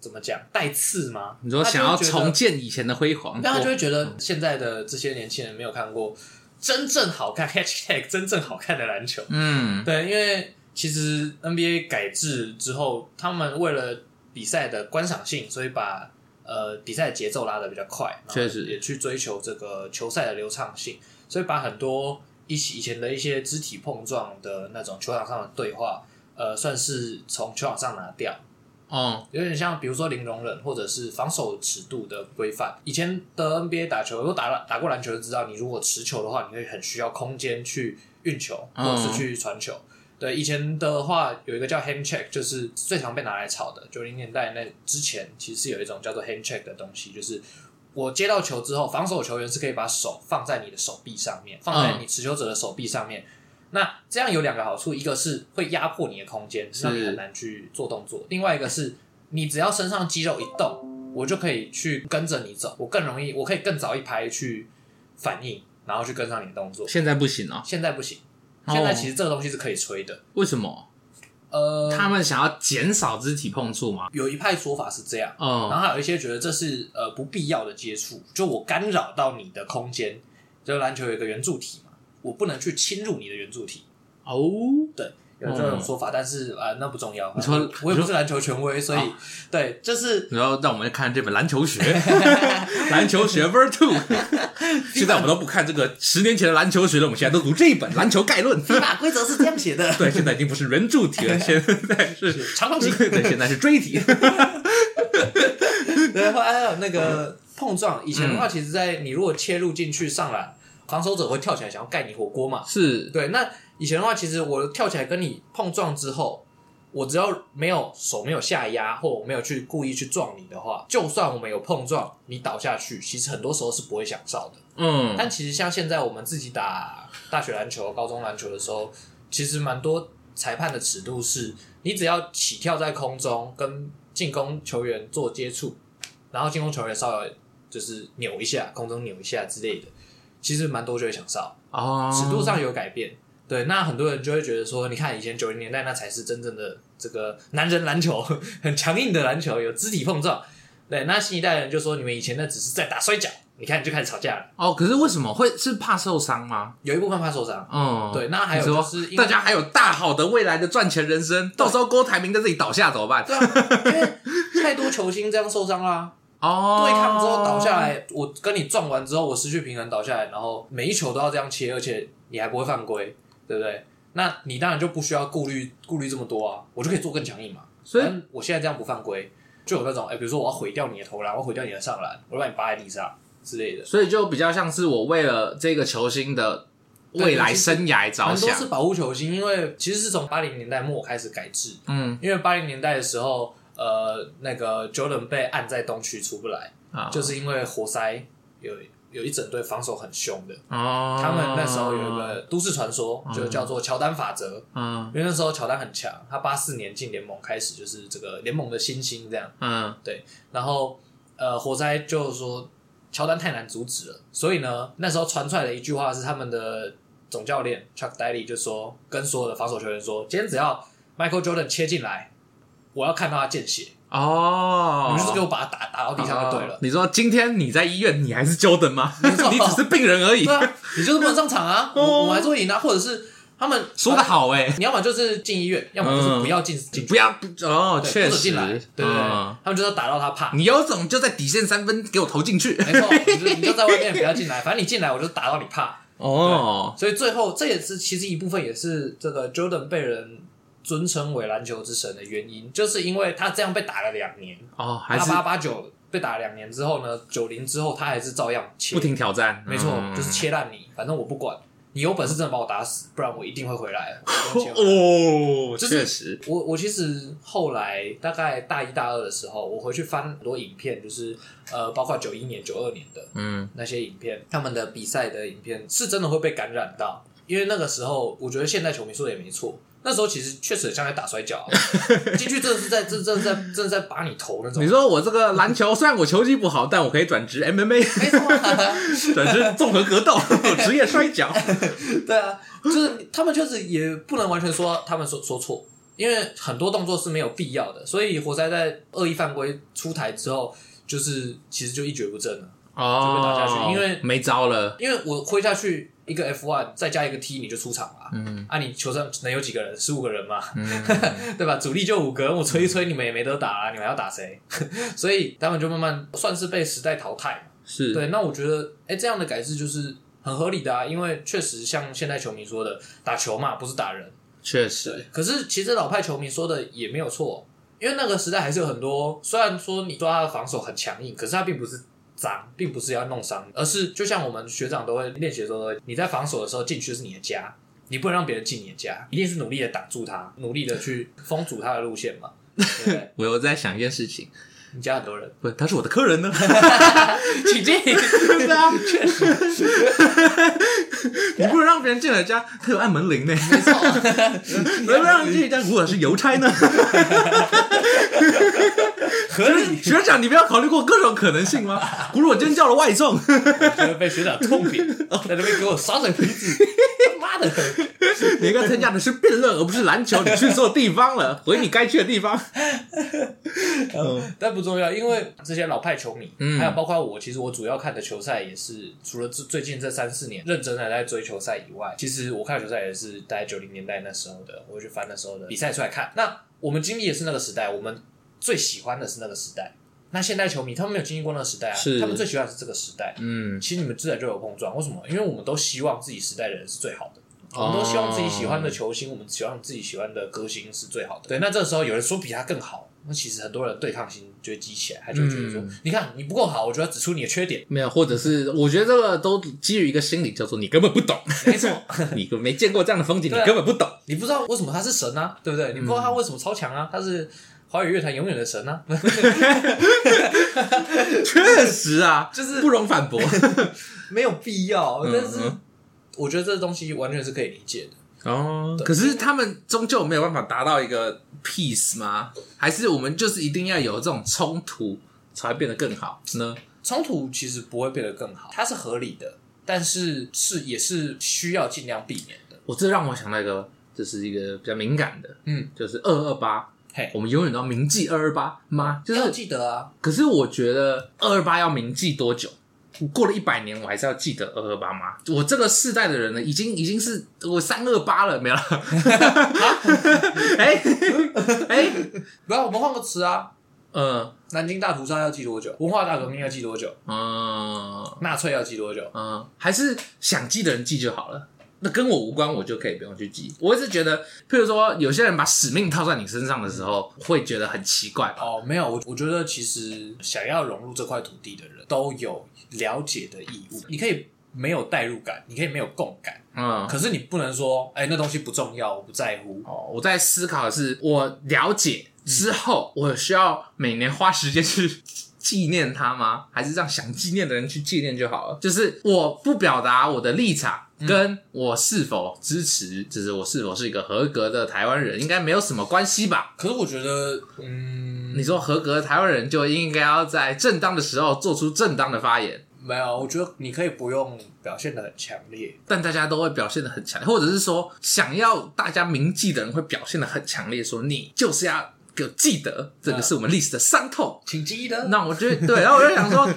[SPEAKER 2] 怎么讲带刺吗？
[SPEAKER 1] 你说
[SPEAKER 2] 他就
[SPEAKER 1] 想
[SPEAKER 2] 会
[SPEAKER 1] 要
[SPEAKER 2] 觉得
[SPEAKER 1] 重建以前的辉煌，
[SPEAKER 2] 但他就会觉得现在的这些年轻人没有看过真正好看 hashtag 真正好看的篮球。
[SPEAKER 1] 嗯，
[SPEAKER 2] 对，因为其实 NBA 改制之后，他们为了比赛的观赏性，所以把呃比赛节奏拉得比较快，然后
[SPEAKER 1] 确实
[SPEAKER 2] 也去追求这个球赛的流畅性，所以把很多一起以前的一些肢体碰撞的那种球场上的对话，呃，算是从球场上拿掉。
[SPEAKER 1] 哦，
[SPEAKER 2] 有点像，比如说零容忍或者是防守尺度的规范。以前的 NBA 打球，如果打打过篮球就知道，你如果持球的话，你会很需要空间去运球或者是去传球。对，以前的话有一个叫 hand check，就是最常被拿来炒的。九零年代那之前，其实是有一种叫做 hand check 的东西，就是我接到球之后，防守球员是可以把手放在你的手臂上面，放在你持球者的手臂上面。那这样有两个好处，一个是会压迫你的空间，
[SPEAKER 1] 是
[SPEAKER 2] 让你很难去做动作；，另外一个是你只要身上肌肉一动，我就可以去跟着你走，我更容易，我可以更早一拍去反应，然后去跟上你的动作。
[SPEAKER 1] 现在不行哦，
[SPEAKER 2] 现在不行，
[SPEAKER 1] 哦
[SPEAKER 2] 现在其实这个东西是可以吹的。
[SPEAKER 1] 为什么？
[SPEAKER 2] 呃，
[SPEAKER 1] 他们想要减少肢体碰触嘛？
[SPEAKER 2] 有一派说法是这样，然
[SPEAKER 1] 哦，
[SPEAKER 2] 后还有一些觉得这是呃不必要的接触，就我干扰到你的空间。就篮球有一个圆柱体嘛，我不能去侵入你的圆柱体，
[SPEAKER 1] 哦，
[SPEAKER 2] 对，有这种说法，但是啊、呃那不重要。
[SPEAKER 1] 嗯你说哦
[SPEAKER 2] 我也不是篮球权威，所以、对，就是
[SPEAKER 1] 然后让我们看这本《篮球 学》，篮球学 Ver Two。现在我们都不看这个十年前的《篮球学》了，我们现在都读这一本《篮球概 论》。
[SPEAKER 2] 法规则是这样写 的。
[SPEAKER 1] 对，现在已经不是圆柱体了，现在 是
[SPEAKER 2] 长方形
[SPEAKER 1] 对，现在是锥 体。
[SPEAKER 2] 然后还有那个碰撞，以前的话，其实在你如果切入进去上篮，防守者会跳起来想要盖你火锅嘛。
[SPEAKER 1] 是，
[SPEAKER 2] 对，那以前的话，其实我跳起来跟你碰撞之后，我只要没有手没有下压，或我没有去故意去撞你的话，就算我们有碰撞，你倒下去，其实很多时候是不会想照的。
[SPEAKER 1] 嗯，
[SPEAKER 2] 但其实像现在我们自己打大学篮球、高中篮球的时候，其实蛮多裁判的尺度是，你只要起跳在空中跟进攻球员做接触，然后进攻球员稍微就是扭一下，空中扭一下之类的，其实蛮多就会想哨，
[SPEAKER 1] 哦，
[SPEAKER 2] 尺度上有改变。对，那很多人就会觉得说，你看以前九零年代那才是真正的这个男人篮球，很强硬的篮球，有肢体碰撞。对，那新一代人就说，你们以前那只是在打摔跤，你看就开始吵架了。
[SPEAKER 1] 哦，可是为什么会是怕受伤吗？
[SPEAKER 2] 有一部分怕受伤。
[SPEAKER 1] 嗯，
[SPEAKER 2] 对，那还有
[SPEAKER 1] 你
[SPEAKER 2] 就
[SPEAKER 1] 说
[SPEAKER 2] 是因为
[SPEAKER 1] 大家还有大好的未来的赚钱人生，到时候郭台铭在这里倒下怎么办？
[SPEAKER 2] 对啊，因为太多球星这样受伤啦、
[SPEAKER 1] 哦，
[SPEAKER 2] 对抗之后倒下，来，我跟你撞完之后，我失去平衡倒下来，然后每一球都要这样切，而且你还不会犯规，对不对？那你当然就不需要顾虑顾虑这么多啊，我就可以做更强硬嘛。
[SPEAKER 1] 所以
[SPEAKER 2] 反正我现在这样不犯规，就有那种哎，比如说我要毁掉你的投篮，我要毁掉你的上篮，我要把你扒在地上之类的，
[SPEAKER 1] 所以就比较像是我为了这个球星的未来生涯着
[SPEAKER 2] 很多
[SPEAKER 1] 想
[SPEAKER 2] 是。保护球星，因为其实是从八零年代末开始改制，
[SPEAKER 1] 嗯
[SPEAKER 2] 因为八零年代的时候，呃，那个 Jordan 被按在东区出不来，
[SPEAKER 1] 啊，
[SPEAKER 2] 就是因为活塞有有一整队防守很凶的，
[SPEAKER 1] 哦，
[SPEAKER 2] 他们那时候有一个都市传说，就叫做乔丹法则，
[SPEAKER 1] 嗯
[SPEAKER 2] 因为那时候乔丹很强，他八四年进联盟开始就是这个联盟的新星这样，
[SPEAKER 1] 嗯
[SPEAKER 2] 然后呃，活塞就是说乔丹太难阻止了，所以呢，那时候传出来的一句话是他们的总教练 Chuck Daly 就说跟所有的防守球员说，今天只要 Michael Jordan 切进来，我要看到他见血，
[SPEAKER 1] 哦，
[SPEAKER 2] 你们就是给我把他打打到地上就对了
[SPEAKER 1] 哦。你说今天你在医院，你还是 Jordan 吗？
[SPEAKER 2] 没错
[SPEAKER 1] 你只是病人而已
[SPEAKER 2] 对。啊，你就是不能上场啊！
[SPEAKER 1] 哦
[SPEAKER 2] 我我们还是会赢啊，或者是他们啊
[SPEAKER 1] 说的，好哎、
[SPEAKER 2] 你要么就是进医院，要么就是不要进进去，
[SPEAKER 1] 不要不哦，
[SPEAKER 2] 对
[SPEAKER 1] 确
[SPEAKER 2] 不准
[SPEAKER 1] 实，
[SPEAKER 2] 进来，对对对，
[SPEAKER 1] 嗯
[SPEAKER 2] 他们就是要打到他怕。
[SPEAKER 1] 你有种就在底线三分给我投进去。
[SPEAKER 2] 没错，你就你就在外面不要进来，反正你进来我就打到你怕。
[SPEAKER 1] 哦，
[SPEAKER 2] 所以最后这也是其实一部分也是这个 Jordan 被人尊称为篮球之神的原因，就是因为他这样被打了两年，
[SPEAKER 1] 哦，还
[SPEAKER 2] 八
[SPEAKER 1] 是
[SPEAKER 2] 八八九被打了两年之后呢，九零之后他还是照样切，
[SPEAKER 1] 不停挑战，
[SPEAKER 2] 没错，
[SPEAKER 1] 嗯
[SPEAKER 2] 就是切烂你，反正我不管，你有本事真的把我打死，不然我一定会回来 的。我一定会回来
[SPEAKER 1] 哦，
[SPEAKER 2] 就是
[SPEAKER 1] 确实，
[SPEAKER 2] 我我其实后来大概大一大二的时候，我回去翻很多影片，就是呃，包括九一年、九二年的，
[SPEAKER 1] 嗯
[SPEAKER 2] 那些影片，他们的比赛的影片是真的会被感染到，因为那个时候我觉得现代球迷说的也没错，那时候其实确实很像在打摔跤啊、 进去真的是在真真的在真的在拔你头那种
[SPEAKER 1] 你，说我这个篮球，虽然我球技不好，但我可以转职 MMA，
[SPEAKER 2] 没错啊，
[SPEAKER 1] 转职综合格 斗，职业摔跤。
[SPEAKER 2] 对啊，就是他们确实也不能完全说他们说说错。因为很多动作是没有必要的，所以活塞在恶意犯规出台之后，就是其实就一蹶不振了。
[SPEAKER 1] 哦，
[SPEAKER 2] 就被打下去因为
[SPEAKER 1] 没招了。
[SPEAKER 2] 因为我挥下去一个 F one，再加一个 T，你就出场了啊。
[SPEAKER 1] 嗯
[SPEAKER 2] 啊，你球上能有几个人？十五个人嘛，
[SPEAKER 1] 嗯，
[SPEAKER 2] 对吧？主力就五个人，我吹一吹，你们也没得打啊，你们还要打谁？ 所以他们就慢慢算是被时代淘汰嘛。
[SPEAKER 1] 是，
[SPEAKER 2] 对，那我觉得，哎、这样的改制就是很合理的啊，因为确实像现代球迷说的，打球嘛，不是打人。
[SPEAKER 1] 确实，
[SPEAKER 2] 可是其实老派球迷说的也没有错，因为那个时代还是有很多，虽然说你说他的防守很强硬，可是他并不是脏，并不是要弄伤你，而是就像我们学长都会练习的时候都会，你在防守的时候进去是你的家，你不能让别人进你的家，一定是努力的挡住他，努力的去封阻他的路线嘛。对不对？
[SPEAKER 1] 我有在想一件事情，
[SPEAKER 2] 你家很多人，
[SPEAKER 1] 不，他是我的客人呢。
[SPEAKER 2] 啊请进。
[SPEAKER 1] 对啊，确实， 你不能让别人进来家，他有按门铃呢。没错，能不能让进来家？如果是邮 差呢？
[SPEAKER 2] 合理，
[SPEAKER 1] 学长，你没有考虑过各种可能性 吗？不是我今天叫了外送，
[SPEAKER 2] 就会被学长痛扁，在那边给我耍水瓶子，他妈的！
[SPEAKER 1] 你应该参加的是辩论，而不是篮球。你去错地方 了，回你该去的地方。
[SPEAKER 2] 但不重要，因为这些老派球迷，
[SPEAKER 1] 嗯
[SPEAKER 2] 还有包括我，其实我主要看的球赛也是，除了最最近这三四年认真的在追球赛以外，其实我看球赛也是大概九零年代那时候的，我会去翻那时候的比赛出来看。那我们经历也是那个时代，我们最喜欢的是那个时代。那现代球迷他们没有经历过那个时代啊
[SPEAKER 1] 是，
[SPEAKER 2] 他们最喜欢的是这个时代。
[SPEAKER 1] 嗯，
[SPEAKER 2] 其实你们自然就有碰撞，为什么？因为我们都希望自己时代的人是最好的。
[SPEAKER 1] 哦
[SPEAKER 2] 我们都希望自己喜欢的球星，我们希望自己喜欢的歌星是最好的。对，那这时候有人说比他更好，那其实很多人对抗心就会激起来，他就会觉得说：“
[SPEAKER 1] 嗯
[SPEAKER 2] 你看你不够好，我就要指出你的 缺点。
[SPEAKER 1] 没有，或者是我觉得这个都基于一个心理，叫做你根本不 懂，
[SPEAKER 2] 没错，
[SPEAKER 1] 你根本没见过这样的风景，
[SPEAKER 2] 对啊
[SPEAKER 1] 你根本不懂。
[SPEAKER 2] 你不知道为什么他是神啊，对不对？你不知道他为什么超强啊，他是华语乐坛永远的神啊。
[SPEAKER 1] 确实啊，
[SPEAKER 2] 就是
[SPEAKER 1] 不容反驳。
[SPEAKER 2] 没有必要，
[SPEAKER 1] 嗯
[SPEAKER 2] 但是
[SPEAKER 1] 嗯
[SPEAKER 2] 我觉得这东西完全是可以理解的。
[SPEAKER 1] 哦， 可是他们终究没有办法达到一个 peace 吗？还是我们就是一定要有这种冲突才会变得更好呢？
[SPEAKER 2] 冲突其实不会变得更好，它是合理的，但是是也是需要尽量避免的。
[SPEAKER 1] 我这让我想到一个，这是一个比较敏感的，
[SPEAKER 2] 嗯，
[SPEAKER 1] 就是二二八，
[SPEAKER 2] 嘿，
[SPEAKER 1] 我们永远都要铭记二二八吗？就
[SPEAKER 2] 要
[SPEAKER 1] 是，
[SPEAKER 2] 记得啊，
[SPEAKER 1] 可是我觉得二二八要铭记多久？过了一百年，我还是要记得二二八吗？我这个世代的人呢，已经已经是我三二八了，没有 了。哎哎，
[SPEAKER 2] 不要我们换个词啊。
[SPEAKER 1] 嗯
[SPEAKER 2] 南京大屠杀要记多久？文化大革命要记多久？
[SPEAKER 1] 嗯，
[SPEAKER 2] 纳粹要记多久？
[SPEAKER 1] 嗯，还是想记的人记就好了。那跟我无关，我就可以不用去记。我一直觉得，譬如说，有些人把使命套在你身上的时候，会觉得很奇怪。
[SPEAKER 2] 哦，没有，我我觉得其实想要融入这块土地的人都有了解的义务。你可以没有代入感，你可以没有共感，
[SPEAKER 1] 嗯，
[SPEAKER 2] 可是你不能说，哎、那东西不重要，我不在乎。
[SPEAKER 1] 哦，我在思考的是，我了解之后，我需要每年花时间去纪念它吗？还是让想纪念的人去纪念就好了？就是我不表达我的立场。跟我是否支持，就是我是否是一个合格的台湾人，应该没有什么关系吧？
[SPEAKER 2] 可是我觉得，嗯，
[SPEAKER 1] 你说合格的台湾人就应该要在正当的时候做出正当的发言，
[SPEAKER 2] 没有，我觉得你可以不用表现的很强烈。
[SPEAKER 1] 但大家都会表现的很强烈，或者是说想要大家铭记的人会表现的很强烈，说你就是要给我记得，这个是我们历史的伤痛。
[SPEAKER 2] 请记得，
[SPEAKER 1] 那我就对，然后我就想 说，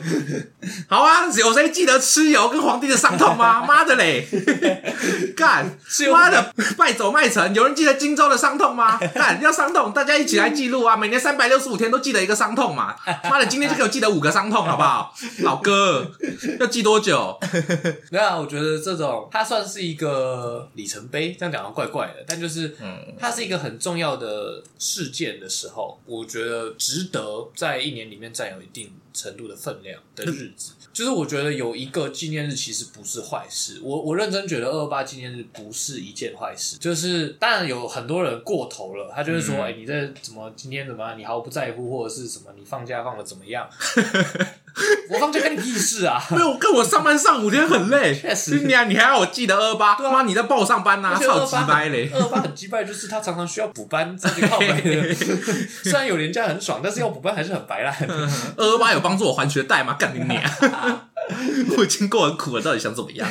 [SPEAKER 1] 好啊，有谁记得蚩尤跟皇帝的伤痛 吗？妈的嘞，干
[SPEAKER 2] 尤
[SPEAKER 1] 妈的败走麦城，有人记得荆州的伤痛吗？ 干要伤痛，大家一起来记录啊！每年三百六十五天都记得一个伤痛 嘛。妈的，今天就给我记得五个伤痛好不好？老哥，要记多 久？
[SPEAKER 2] 没有啊，我觉得这种它算是一个里程碑，这样讲的怪怪的，但就是，嗯，它是一个很重要的事件的时候，我觉得值得在一年里面占有一定程度的分量的日子。 就是我觉得有一个纪念日其实不是坏事，我我认真觉得二二八纪念日不是一件坏事。就是当然有很多人过头了，他就会说，
[SPEAKER 1] 嗯
[SPEAKER 2] 哎、你这怎么今天怎么样你毫不在乎，或者是什么你放假放的怎么样？我放假跟你屁事啊！
[SPEAKER 1] 没有，哎跟我上班上五天很累，
[SPEAKER 2] 确实
[SPEAKER 1] 你啊，你还要我记得二八，
[SPEAKER 2] 对啊
[SPEAKER 1] 妈你在帮我上班呐、
[SPEAKER 2] 而且
[SPEAKER 1] 操
[SPEAKER 2] 二
[SPEAKER 1] 鸡
[SPEAKER 2] 八
[SPEAKER 1] 掰嘞！
[SPEAKER 2] 二八很鸡掰，就是他常常需要补班，这个靠背的。虽然有廉价很爽，但是要补班还是很白烂。
[SPEAKER 1] 二八呃有帮助我还学贷吗？干你娘！ 我已经过很苦了，到底想怎么样？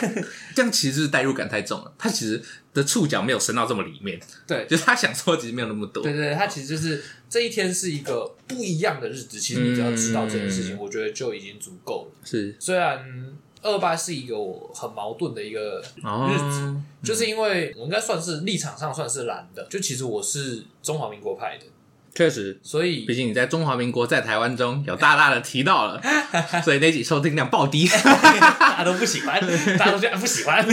[SPEAKER 1] 这样其实就是代入感太重了。他其实的触角没有伸到这么里面，
[SPEAKER 2] 对
[SPEAKER 1] 就是他想说其实没有那么多。
[SPEAKER 2] 对对对，他其实就是这一天是一个不一样的日子，其实你只要知道这件事情，
[SPEAKER 1] 嗯
[SPEAKER 2] 我觉得就已经足够了。
[SPEAKER 1] 是
[SPEAKER 2] 虽然二八是一个我很矛盾的一个日子
[SPEAKER 1] 哦，
[SPEAKER 2] 就是因为我应该算是立场上算是蓝的，就其实我是中华民国派的，
[SPEAKER 1] 确实，
[SPEAKER 2] 所以
[SPEAKER 1] 毕竟你在中华民国在台湾中有大大的提到了，所以那集收听量暴跌。
[SPEAKER 2] 大家都不喜欢，大家都觉得不喜欢，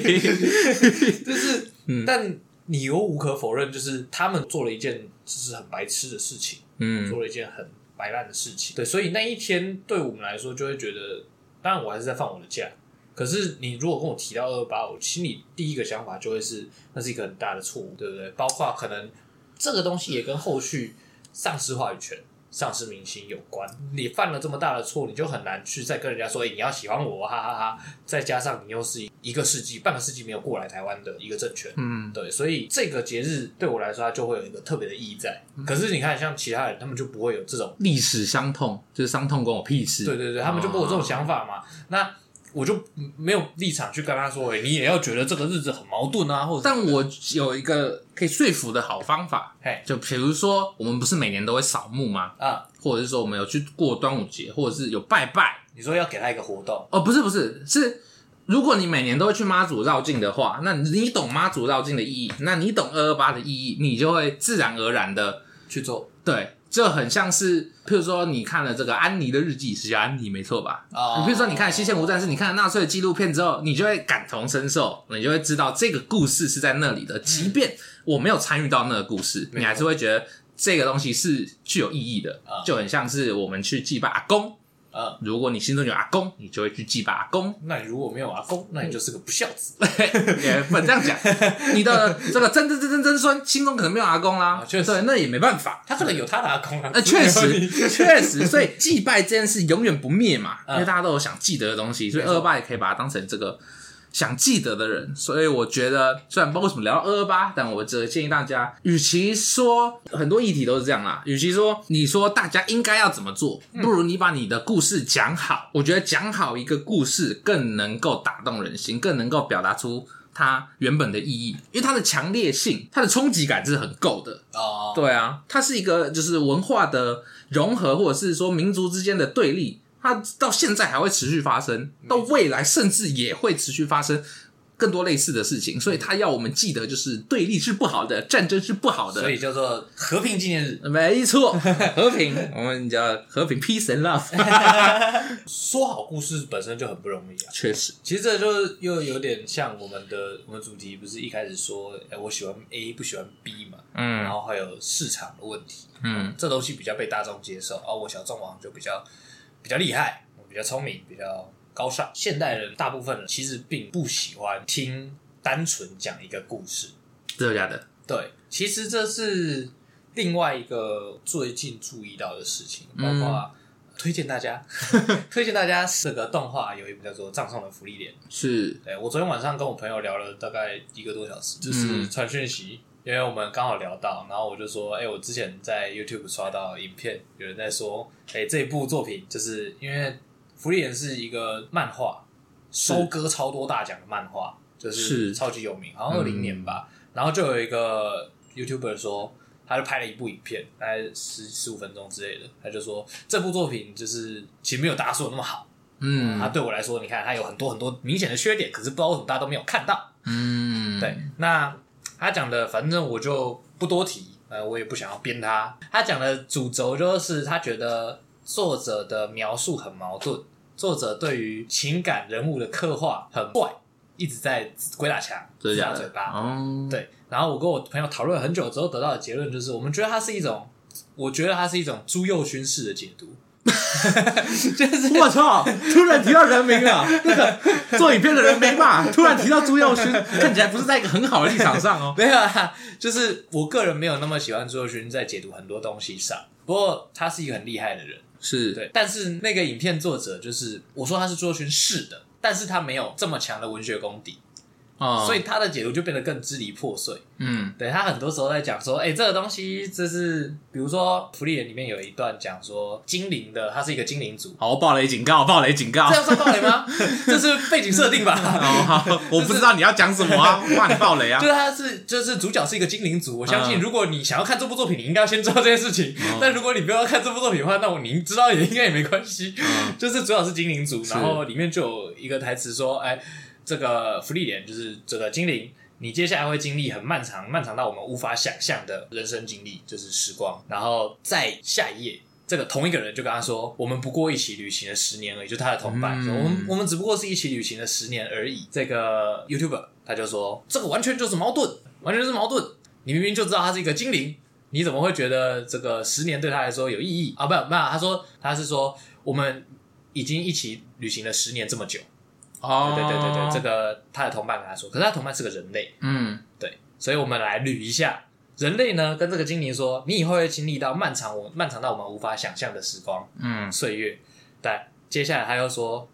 [SPEAKER 2] 就是，但你又无可否认，就是他们做了一件就是很白痴的事情，
[SPEAKER 1] 嗯
[SPEAKER 2] 做了一件很白烂的事情，对，所以那一天对我们来说就会觉得，当然我还是在放我的假，可是你如果跟我提到二八，我心里第一个想法就会是那是一个很大的错误，对不对？包括可能这个东西也跟后续丧失话语权。丧失民心有关，你犯了这么大的错，你就很难去再跟人家说，哎、你要喜欢我，哈哈哈再加上你又是一个世纪、半个世纪没有过来台湾的一个政权，
[SPEAKER 1] 嗯，
[SPEAKER 2] 对，所以这个节日对我来说，它就会有一个特别的意义在。
[SPEAKER 1] 嗯
[SPEAKER 2] 可是你看，像其他人，他们就不会有这种，
[SPEAKER 1] 历史伤痛就是伤痛关我屁事。
[SPEAKER 2] 对对对，他们就不会有这种想法嘛。那我就没有立场去跟他说，哎、你也要觉得这个日子很矛盾啊，或者
[SPEAKER 1] 但我有一个可以说服的好方法，
[SPEAKER 2] 嘿
[SPEAKER 1] 就比如说我们不是每年都会扫墓吗？
[SPEAKER 2] 啊，
[SPEAKER 1] 或者是说我们有去过端午节，或者是有拜拜。
[SPEAKER 2] 你说要给他一个活动，
[SPEAKER 1] 哦，不是不是，是如果你每年都会去妈祖绕境的话，那你懂妈祖绕境的意义，那你懂二二八的意义，你就会自然而然的
[SPEAKER 2] 去做
[SPEAKER 1] 对。这很像是，譬如说你看了这个安妮的日记，是叫安妮没错吧？
[SPEAKER 2] 啊
[SPEAKER 1] 你譬如说你看《西线无战事》，你看了纳粹的纪录片之后，你就会感同身受，你就会知道这个故事是在那里的。即便我没有参与到那个故事，
[SPEAKER 2] 没错
[SPEAKER 1] 你还是会觉得这个东西是具有意义的
[SPEAKER 2] 啊，
[SPEAKER 1] 就很像是我们去祭拜阿公。
[SPEAKER 2] 啊。
[SPEAKER 1] 如果你心中有阿公，你就会去祭拜阿公。
[SPEAKER 2] 那你如果没有阿公，那你就是个不孝子
[SPEAKER 1] 嗯也 不能这样讲，你的这个曾曾曾曾曾孙心中可能没有阿公啦
[SPEAKER 2] 啊，确实
[SPEAKER 1] 对，那也没办法。
[SPEAKER 2] 他可能有他的阿公啊，
[SPEAKER 1] 呃，确
[SPEAKER 2] 没有你
[SPEAKER 1] 实，确实，所以祭拜这件事永远不灭嘛，
[SPEAKER 2] 嗯
[SPEAKER 1] 因为大家都有想记得的东西，所以
[SPEAKER 2] 没错
[SPEAKER 1] 二二八也可以把它当成这个想记得的人。所以我觉得，虽然不知道为什么聊到二二八，但我只建议大家，与其说很多议题都是这样啦，与其说你说大家应该要怎么做，
[SPEAKER 2] 嗯
[SPEAKER 1] 不如你把你的故事讲好。我觉得讲好一个故事，更能够打动人心，更能够表达出。它原本的意义，因为它的强烈性、它的冲击感是很够的，
[SPEAKER 2] 哦，
[SPEAKER 1] 对啊，它是一个就是文化的融合，或者是说民族之间的对立，它到现在还会持续发生，到未来甚至也会持续发生更多类似的事
[SPEAKER 2] 嗯
[SPEAKER 1] 情，所以它要我们记得，就是对立是不好的，战争是不好
[SPEAKER 2] 所
[SPEAKER 1] 的。
[SPEAKER 2] 以叫做和平纪念日。
[SPEAKER 1] 没 错，和平，我们叫和平，peace and love。
[SPEAKER 2] 说好故事本身就很不容易啊，
[SPEAKER 1] 确实，
[SPEAKER 2] 其实这就是又有点像我们的我们主题，不是一开始说，哎、我喜欢 A 不喜欢 B 嘛，然
[SPEAKER 1] 嗯
[SPEAKER 2] 后还有市场的问题，哦
[SPEAKER 1] 嗯，
[SPEAKER 2] 这东西比较被大众接受，而、我小众王就比较比较厉害，我比较聪明，比较高尚。现代人大部分人其实并不喜欢听单纯讲一个故事，
[SPEAKER 1] 真的假的？
[SPEAKER 2] 对，其
[SPEAKER 1] 嗯
[SPEAKER 2] 实这是另外一个最近注意到的事情，包括、推荐大家， 推荐大家这个动画有一部叫做《葬送的福利莲》。
[SPEAKER 1] 是嗯
[SPEAKER 2] 对我昨天晚上跟我朋友聊了大概一个多小时，就是传讯息，因为我们刚好聊到，然后我就说，哎、我之前在 YouTube 刷到影片，有人在说，哎、这部作品就是因为《福利人》是一个漫画，收割超多大奖的漫画，就是
[SPEAKER 1] 是
[SPEAKER 2] 超级有名，好像二
[SPEAKER 1] 嗯
[SPEAKER 2] 零年吧，然后就有一个 YouTuber 说。他就拍了一部影片，大概十十五分钟之类的。他就说这部作品就是其实没有大家说的那么好，
[SPEAKER 1] 嗯
[SPEAKER 2] 啊它对我来说，你看它有很多很多明显的缺点，可是不知道为什么大家都没有看到。
[SPEAKER 1] 嗯，
[SPEAKER 2] 对，那他讲的，反正我就不多提，呃，我也不想要编他。他讲的主轴就是他觉得作者的描述很矛盾，作者对于情感人物的刻画很怪，一直在鬼打墙、
[SPEAKER 1] 真的
[SPEAKER 2] 自
[SPEAKER 1] 假
[SPEAKER 2] 打
[SPEAKER 1] 的
[SPEAKER 2] 嘴巴。
[SPEAKER 1] 哦，，
[SPEAKER 2] 对，然后我跟我朋友讨论很久之后得到的结论就是，我们觉得它是一种，我觉得它是一种朱佑勋式的解读，就是
[SPEAKER 1] 我操！突然提到人名了，那个做影片的人没嘛，突然提到朱耀勋，看起来不是在一个很好的立场上哦。
[SPEAKER 2] 没有啦，就是我个人没有那么喜欢朱佑勋在解读很多东西上。不过他是一个很厉害的人，
[SPEAKER 1] 是，
[SPEAKER 2] 对。但是那个影片作者就是我说他是朱佑勋是的，但是他没有这么强的文学功底，
[SPEAKER 1] 哦，
[SPEAKER 2] 所以他的解读就变得更支离破碎。
[SPEAKER 1] 嗯
[SPEAKER 2] 对他很多时候在讲说，哎、这个东西就是，比如说《福利人》里面有一段讲说精灵的，他是一个精灵族，
[SPEAKER 1] 好，暴雷警告，暴雷警告
[SPEAKER 2] 这。样算暴雷 吗？这是背景设定吧？
[SPEAKER 1] 哦，好，我不知道你要讲什么啊，怕你暴雷啊
[SPEAKER 2] 就。是他是就是主角是一个精灵族，我相
[SPEAKER 1] 嗯
[SPEAKER 2] 信如果你想要看这部作品，你应该要先知道这件事情。但如果你不要看这部作品的话，那我您知道也应该也没关系。
[SPEAKER 1] 嗯
[SPEAKER 2] 就是主角是精灵族，然后里面就有一个台词说：“哎，这个福利莲就是这个精灵。”你接下来会经历很漫长、漫长到我们无法想象的人生经历，就是时光。然后在下一页，这个同一个人就跟他说：“我们不过一起旅行了十年而已。”就他的同伴说：“
[SPEAKER 1] 嗯
[SPEAKER 2] 我们我们只不过是一起旅行了十年而已。”这个 YouTuber 他就说：“这个完全就是矛盾，完全是矛盾。你明明就知道他是一个精灵，你怎么会觉得这个十年对他来说有意义啊？不不，他说他是说我们已经一起旅行了十年这么久。
[SPEAKER 1] 哦
[SPEAKER 2] 对对对对，这，个他的同伴跟他说，可是他同伴是个人类，
[SPEAKER 1] 嗯
[SPEAKER 2] 对，所以我们来捋一下。人类呢，跟这个精灵说，你以后会经历到漫长我漫长到我们无法想象的时光
[SPEAKER 1] 嗯，
[SPEAKER 2] 岁月。但接下来他又说，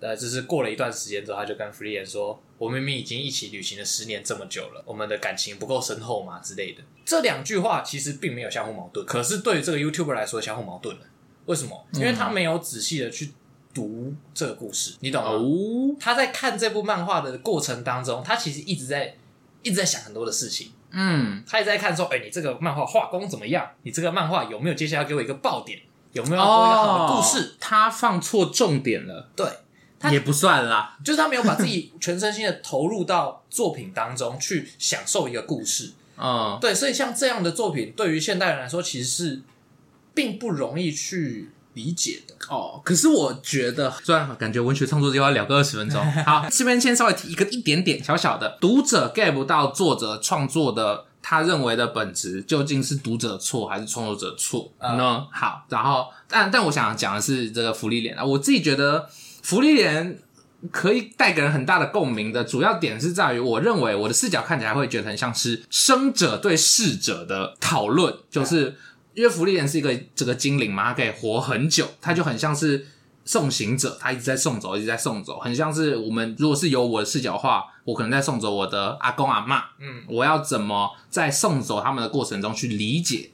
[SPEAKER 2] 呃，就是过了一段时间之后，他就跟弗利人说，我们明明已经一起旅行了十年这么久了，我们的感情不够深厚嘛之类的。这两句话其实并没有相互矛盾，可是对于这个 YouTuber 来说相互矛盾了。为什么？因
[SPEAKER 1] 嗯
[SPEAKER 2] 为他没有仔细的去读这个故事，你懂吗？
[SPEAKER 1] 哦，
[SPEAKER 2] 他在看这部漫画的过程当中，他其实一直在一直在想很多的事情，
[SPEAKER 1] 嗯，
[SPEAKER 2] 他也在看说，哎、你这个漫画画工怎么样？你这个漫画有没有接下来要给我一个爆点？有没有要给我一个好的故事？
[SPEAKER 1] 哦，他放错重点了，
[SPEAKER 2] 对，他
[SPEAKER 1] 也不算啦。
[SPEAKER 2] 就是他没有把自己全身心的投入到作品当中去享受一个故事。
[SPEAKER 1] 嗯，
[SPEAKER 2] 对，所以像这样的作品，对于现代人来说，其实是并不容易去理解的。
[SPEAKER 1] 哦，可是我觉得，虽然感觉文学创作就要聊个二十分钟，好，这边先稍微提一个一点点小小的，读者 get 不到作者创作的他认为的本质，究竟是读者错还是创作者错
[SPEAKER 2] 嗯
[SPEAKER 1] 呢？好，然后但但我想讲的是这个福利脸啊，我自己觉得福利脸。可以带给人很大的共鸣的主要点是在于，我认为我的视角看起来会觉得很像是生者对逝者的讨论，就是因为福利人是一个这个精灵嘛，他可以活很久，他就很像是送行者，他一直在送走，一直在送走，很像是我们如果是由我的视角的话，我可能在送走我的阿公阿妈，
[SPEAKER 2] 嗯，
[SPEAKER 1] 我要怎么在送走他们的过程中去理解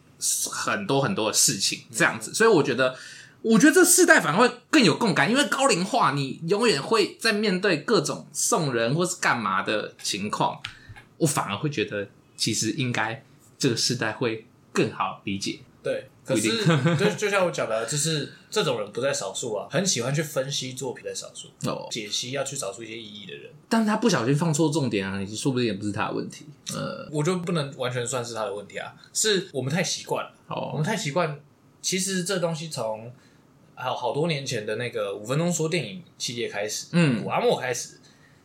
[SPEAKER 1] 很多很多的事情，这样子，所以我觉得。我觉得这世代反而会更有共感，因为高龄化，你永远会在面对各种送人或是干嘛的情况，我反而会觉得其实应该这个世代会更好理解。
[SPEAKER 2] 对。可
[SPEAKER 1] 不一
[SPEAKER 2] 是
[SPEAKER 1] 定
[SPEAKER 2] 就就像我讲的，就是这种人不在少数啊，很喜欢去分析作品在少数，
[SPEAKER 1] 哦，
[SPEAKER 2] 解析要去找出一些意义的人。
[SPEAKER 1] 但他不小心放错重点啊，你说不定也不是他的问题。呃，
[SPEAKER 2] 我就不能完全算是他的问题啊，是我们太习惯了，我
[SPEAKER 1] 哦
[SPEAKER 2] 们，太习惯。其实这东西从好好多年前的那个五分钟说电影系列开始，
[SPEAKER 1] 嗯
[SPEAKER 2] 古阿莫开始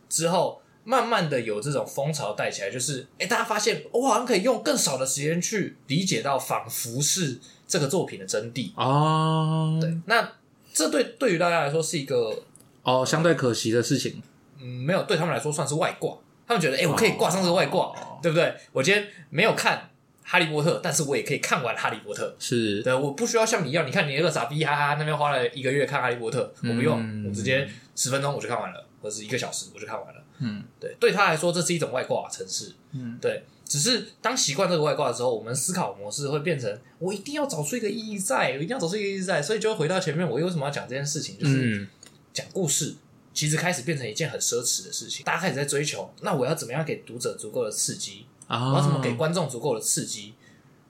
[SPEAKER 2] 之后，慢慢的有这种风潮带起来，就是哎、诶大家发现我好像可以用更少的时间去理解到，仿佛是这个作品的真谛。
[SPEAKER 1] 哦，对，
[SPEAKER 2] 那这对对于大家来说是一个
[SPEAKER 1] 哦，相对可惜的事情。
[SPEAKER 2] 嗯，没有对他们来说算是外挂。他们觉得，哎、我可以挂上这个外挂，
[SPEAKER 1] 哦
[SPEAKER 2] 对不对？我今天没有看，哈利波特，但是我也可以看完哈利波特。
[SPEAKER 1] 是
[SPEAKER 2] 对，我不需要像你一样，你看你那个傻逼哈哈那边花了一个月看哈利波特，我不用，
[SPEAKER 1] 嗯
[SPEAKER 2] 我直接十分钟我就看完了，或者是一个小时我就看完了。
[SPEAKER 1] 嗯
[SPEAKER 2] 对，对他来说这是一种外挂城市。
[SPEAKER 1] 嗯，
[SPEAKER 2] 对，只是当习惯这个外挂的时候，我们思考模式会变成我一定要找出一个意义在，我一定要找出一个意义在，所以就会回到前面，我为什么要讲这件事情，就是
[SPEAKER 1] 嗯
[SPEAKER 2] 讲故事。其实开始变成一件很奢侈的事情，大家开始在追求。那我要怎么样给读者足够的刺激？
[SPEAKER 1] 啊，
[SPEAKER 2] 我要怎么给观众足够的刺激？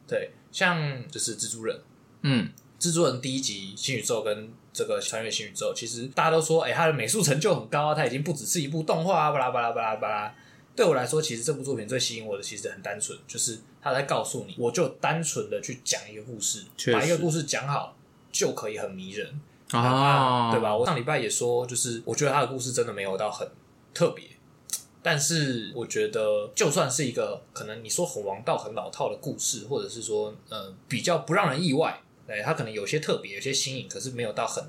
[SPEAKER 2] 对，像就是蜘蛛人，
[SPEAKER 1] 嗯
[SPEAKER 2] 蜘蛛人第一集《新宇宙》跟这个《穿越新宇宙》，其实大家都说，哎、他的美术成就很高啊，他已经不只是一部动画啊，巴拉巴拉巴拉巴拉。对我来说，其实这部作品最吸引我的其实很单纯，就是他在告诉你，我就单纯的去讲一个故事，
[SPEAKER 1] 确实
[SPEAKER 2] 把一个故事讲好就可以很迷人
[SPEAKER 1] 啊，
[SPEAKER 2] 对？吧？我上礼拜也说，就是我觉得他的故事真的没有到很特别，但是我觉得就算是一个可能你说很王道、很老套的故事，或者是说呃比较不让人意外，对它可能有些特别、有些新颖，可是没有到很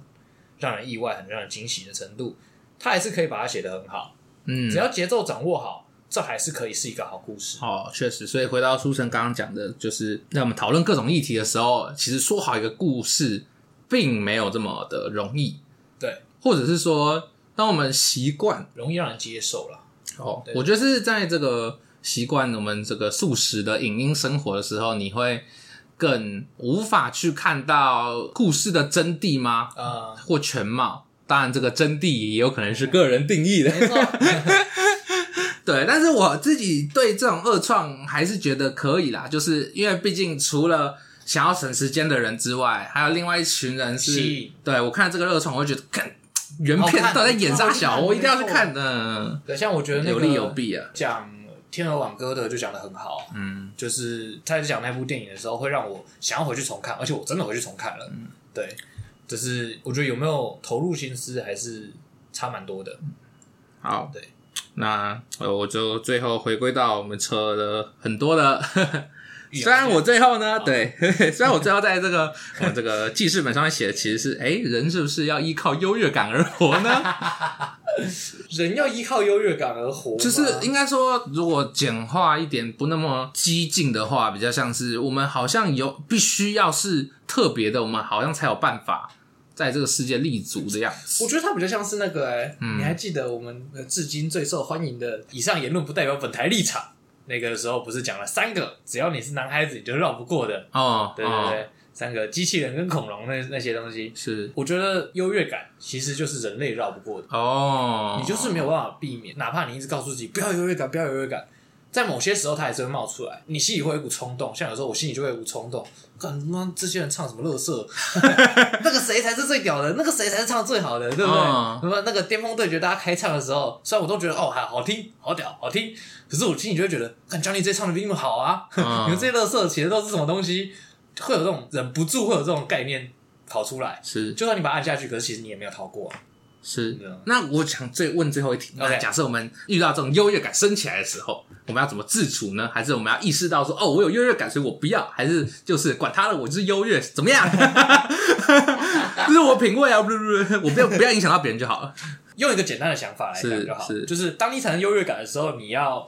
[SPEAKER 2] 让人意外、很让人惊喜的程度，它还是可以把它写得很好，
[SPEAKER 1] 嗯，
[SPEAKER 2] 只要节奏掌握好，这还是可以是一个好故事。
[SPEAKER 1] 哦，确实，所以回到书生刚刚讲的，就是那我们讨论各种议题的时候，其实说好一个故事，并没有这么的容易，
[SPEAKER 2] 对，
[SPEAKER 1] 或者是说，当我们习惯
[SPEAKER 2] 容易让人接受了。
[SPEAKER 1] 哦
[SPEAKER 2] 对，
[SPEAKER 1] 我觉得是在这个习惯我们这个素食的影音生活的时候，你会更无法去看到故事的真谛吗？
[SPEAKER 2] 呃，
[SPEAKER 1] 或全貌？当然，这个真谛也有可能是个人定义的，
[SPEAKER 2] 没错，
[SPEAKER 1] 对，但是我自己对这种恶创还是觉得可以啦，就是因为毕竟除了想要省时间的人之外，还有另外一群人
[SPEAKER 2] 吸
[SPEAKER 1] 是
[SPEAKER 2] 引，
[SPEAKER 1] 对我看这个恶创，我就觉得看原
[SPEAKER 2] 好
[SPEAKER 1] 片
[SPEAKER 2] 看
[SPEAKER 1] 到底在演啥
[SPEAKER 2] 好
[SPEAKER 1] 小，
[SPEAKER 2] 看
[SPEAKER 1] 我一定要去
[SPEAKER 2] 没错
[SPEAKER 1] 看的，
[SPEAKER 2] 对，哦像我觉得那个
[SPEAKER 1] 有利有弊啊。
[SPEAKER 2] 讲天鹅挽歌的就讲的很好啊，
[SPEAKER 1] 嗯，
[SPEAKER 2] 就是他在讲那部电影的时候，会让我想要回去重看，而且我真的回去重看了。嗯，对，就是我觉得有没有投入心思还是差蛮多的。
[SPEAKER 1] 好，
[SPEAKER 2] 对，
[SPEAKER 1] 那呃，我就最后回归到我们扯了很多 的。
[SPEAKER 2] 预言
[SPEAKER 1] 虽然我最后呢，对， 虽然我最后在这 个我这个记事本上面写的其实是，哎，人是不是要依靠优越感而活呢？
[SPEAKER 2] 人要依靠优越感而活吗，
[SPEAKER 1] 就是应该说，如果简化一点，不那么激进的话，比较像是我们好像有必须要是特别的，我们好像才有办法在这个世界立足的样子。
[SPEAKER 2] 我觉得它比较像是那个、欸，
[SPEAKER 1] 嗯
[SPEAKER 2] 你还记得我们呃至今最受欢迎的以上言论不代表本台立场。那个时候不是讲了三个，只要你是男孩子，你就绕不过的。
[SPEAKER 1] 哦，
[SPEAKER 2] 对对对，
[SPEAKER 1] 哦
[SPEAKER 2] 三个机器人跟恐龙那那些东西，
[SPEAKER 1] 是
[SPEAKER 2] 我觉得优越感其实就是人类绕不过的，
[SPEAKER 1] 哦，
[SPEAKER 2] 你就是没有办法避免，哪怕你一直告诉自己不要优越感，不要优越感，在某些时候它还是会冒出来，你心里会有一股冲动，像有时候我心里就会有一股冲动，干他妈这些人唱什么乐色，那个谁才是最屌的，那个谁才是唱最好的，对不对？
[SPEAKER 1] 嗯
[SPEAKER 2] 那么、那个巅峰对决大家开唱的时候，虽然我都觉得哦好好听，好屌，好听，可是我心里就会觉得，看 Johnny J 唱的比你们好啊，
[SPEAKER 1] 嗯
[SPEAKER 2] 你们这些乐色写的都是什么东西，会有这种忍不住会有这种概念跑出来。
[SPEAKER 1] 是
[SPEAKER 2] 就算你把它按下去，可是其实你也没有逃过、啊。
[SPEAKER 1] 是
[SPEAKER 2] 对啊。
[SPEAKER 1] 那我想最问最后一题，那
[SPEAKER 2] OK
[SPEAKER 1] 假设我们遇到这种优越感升起来的时候，我们要怎么自处呢？还是我们要意识到说，哦，我有优越感，所以我不要，还是就是管他了，我就是优越，怎么样？ 就是我品味啊，不不不，我不要不要影响到别人就好了。
[SPEAKER 2] 用一个简单的想法来讲
[SPEAKER 1] 是
[SPEAKER 2] 就好，
[SPEAKER 1] 是
[SPEAKER 2] 就是当你产生优越感的时候，你要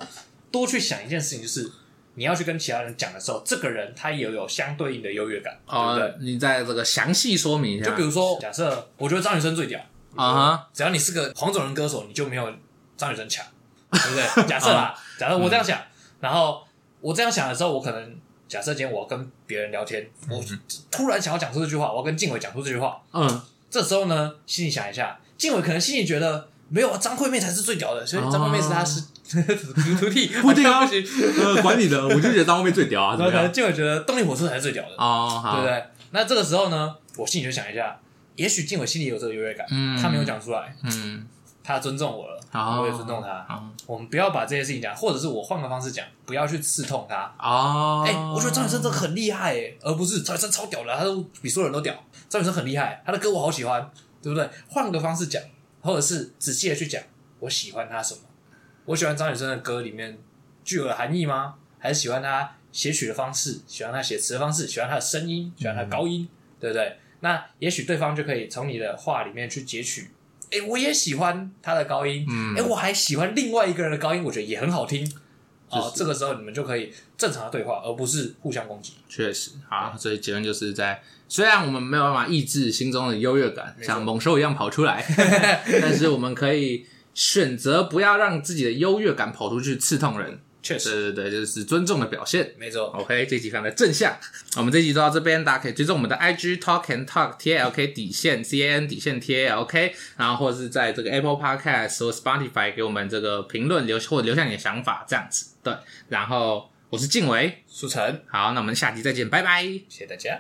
[SPEAKER 2] 多去想一件事情，就是你要去跟其他人讲的时候，这个人他也有相对应的优越感， 对不
[SPEAKER 1] 哦
[SPEAKER 2] 对？，
[SPEAKER 1] 你在这个详细说明一下。
[SPEAKER 2] 就比如说，假设我觉得张雨生最屌，
[SPEAKER 1] 啊哈，
[SPEAKER 2] 只要你是个黄种人歌手，你就没有张雨生强，对不 对？假设啦，
[SPEAKER 1] 嗯
[SPEAKER 2] 假设我这样想，然后我这样想的时候，我可能假设今天我要跟别人聊天，我突然想要讲出这句话，我要跟静伟讲出这句话，
[SPEAKER 1] 嗯，
[SPEAKER 2] 这时候呢，心里想一下，静伟可能心里觉得没有啊，张惠妹才是最屌的，所以张惠妹是他师徒弟，
[SPEAKER 1] 不一定啊
[SPEAKER 2] 不行。
[SPEAKER 1] 呃，管你的，我就觉得张惠妹最屌 啊，
[SPEAKER 2] 然后可能？静伟觉得动力火车才是最屌的，
[SPEAKER 1] 哦，
[SPEAKER 2] 对
[SPEAKER 1] 好，
[SPEAKER 2] 不对？那这个时候呢，我心里就想一下，也许静伟心里有这个优越感，
[SPEAKER 1] 嗯
[SPEAKER 2] 他没有讲出来，
[SPEAKER 1] 嗯，
[SPEAKER 2] 他尊重我了，
[SPEAKER 1] 哦
[SPEAKER 2] 我也尊重他。
[SPEAKER 1] 好，
[SPEAKER 2] 我们不要把这些事情讲，或者是我换个方式讲，不要去刺痛他。
[SPEAKER 1] 哦，
[SPEAKER 2] 哎、我觉得张雨生真的很厉害、哎，而不是张雨生超屌的，他都比所有人都屌。张雨生很厉害，他的歌我好喜欢，对不对？换个方式讲，或者是仔细的去讲，哦我喜欢他什么？我喜欢张雨生的歌里面具有的含义吗？还是喜欢他写曲的方式，喜欢他写词的方式，喜欢他的声音，喜欢他的高音，对不对？那也许对方就可以从你的话里面去截取。哎、我也喜欢他的高音，哎、
[SPEAKER 1] 嗯
[SPEAKER 2] 嗯我还喜欢另外一个人的高音，我觉得也很好听。
[SPEAKER 3] 好，哦这个时候你们就可以正常的对话，而不是互相攻击。
[SPEAKER 1] 确实啊，好所以结论就是在虽然我们没有办法抑制心中的优越感，像猛兽一样跑出来，但是我们可以选择不要让自己的优越感跑出去刺痛人。
[SPEAKER 3] 确实，
[SPEAKER 1] 对对对，就是尊重的表现。
[SPEAKER 3] 没错，
[SPEAKER 1] OK，这集非常的正向。我们这集就到这边，大家可以追踪我们的 IG Talk and Talk T L K 底线 C A N 底线 T A L K，然后或者是在这个 Apple Podcast 或 Spotify 给我们这个评论留或者留下你的想法这样子。对，然后我是静伟，
[SPEAKER 3] 舒晨，
[SPEAKER 1] 好，那我们下集再见，拜拜。
[SPEAKER 3] 谢谢大家。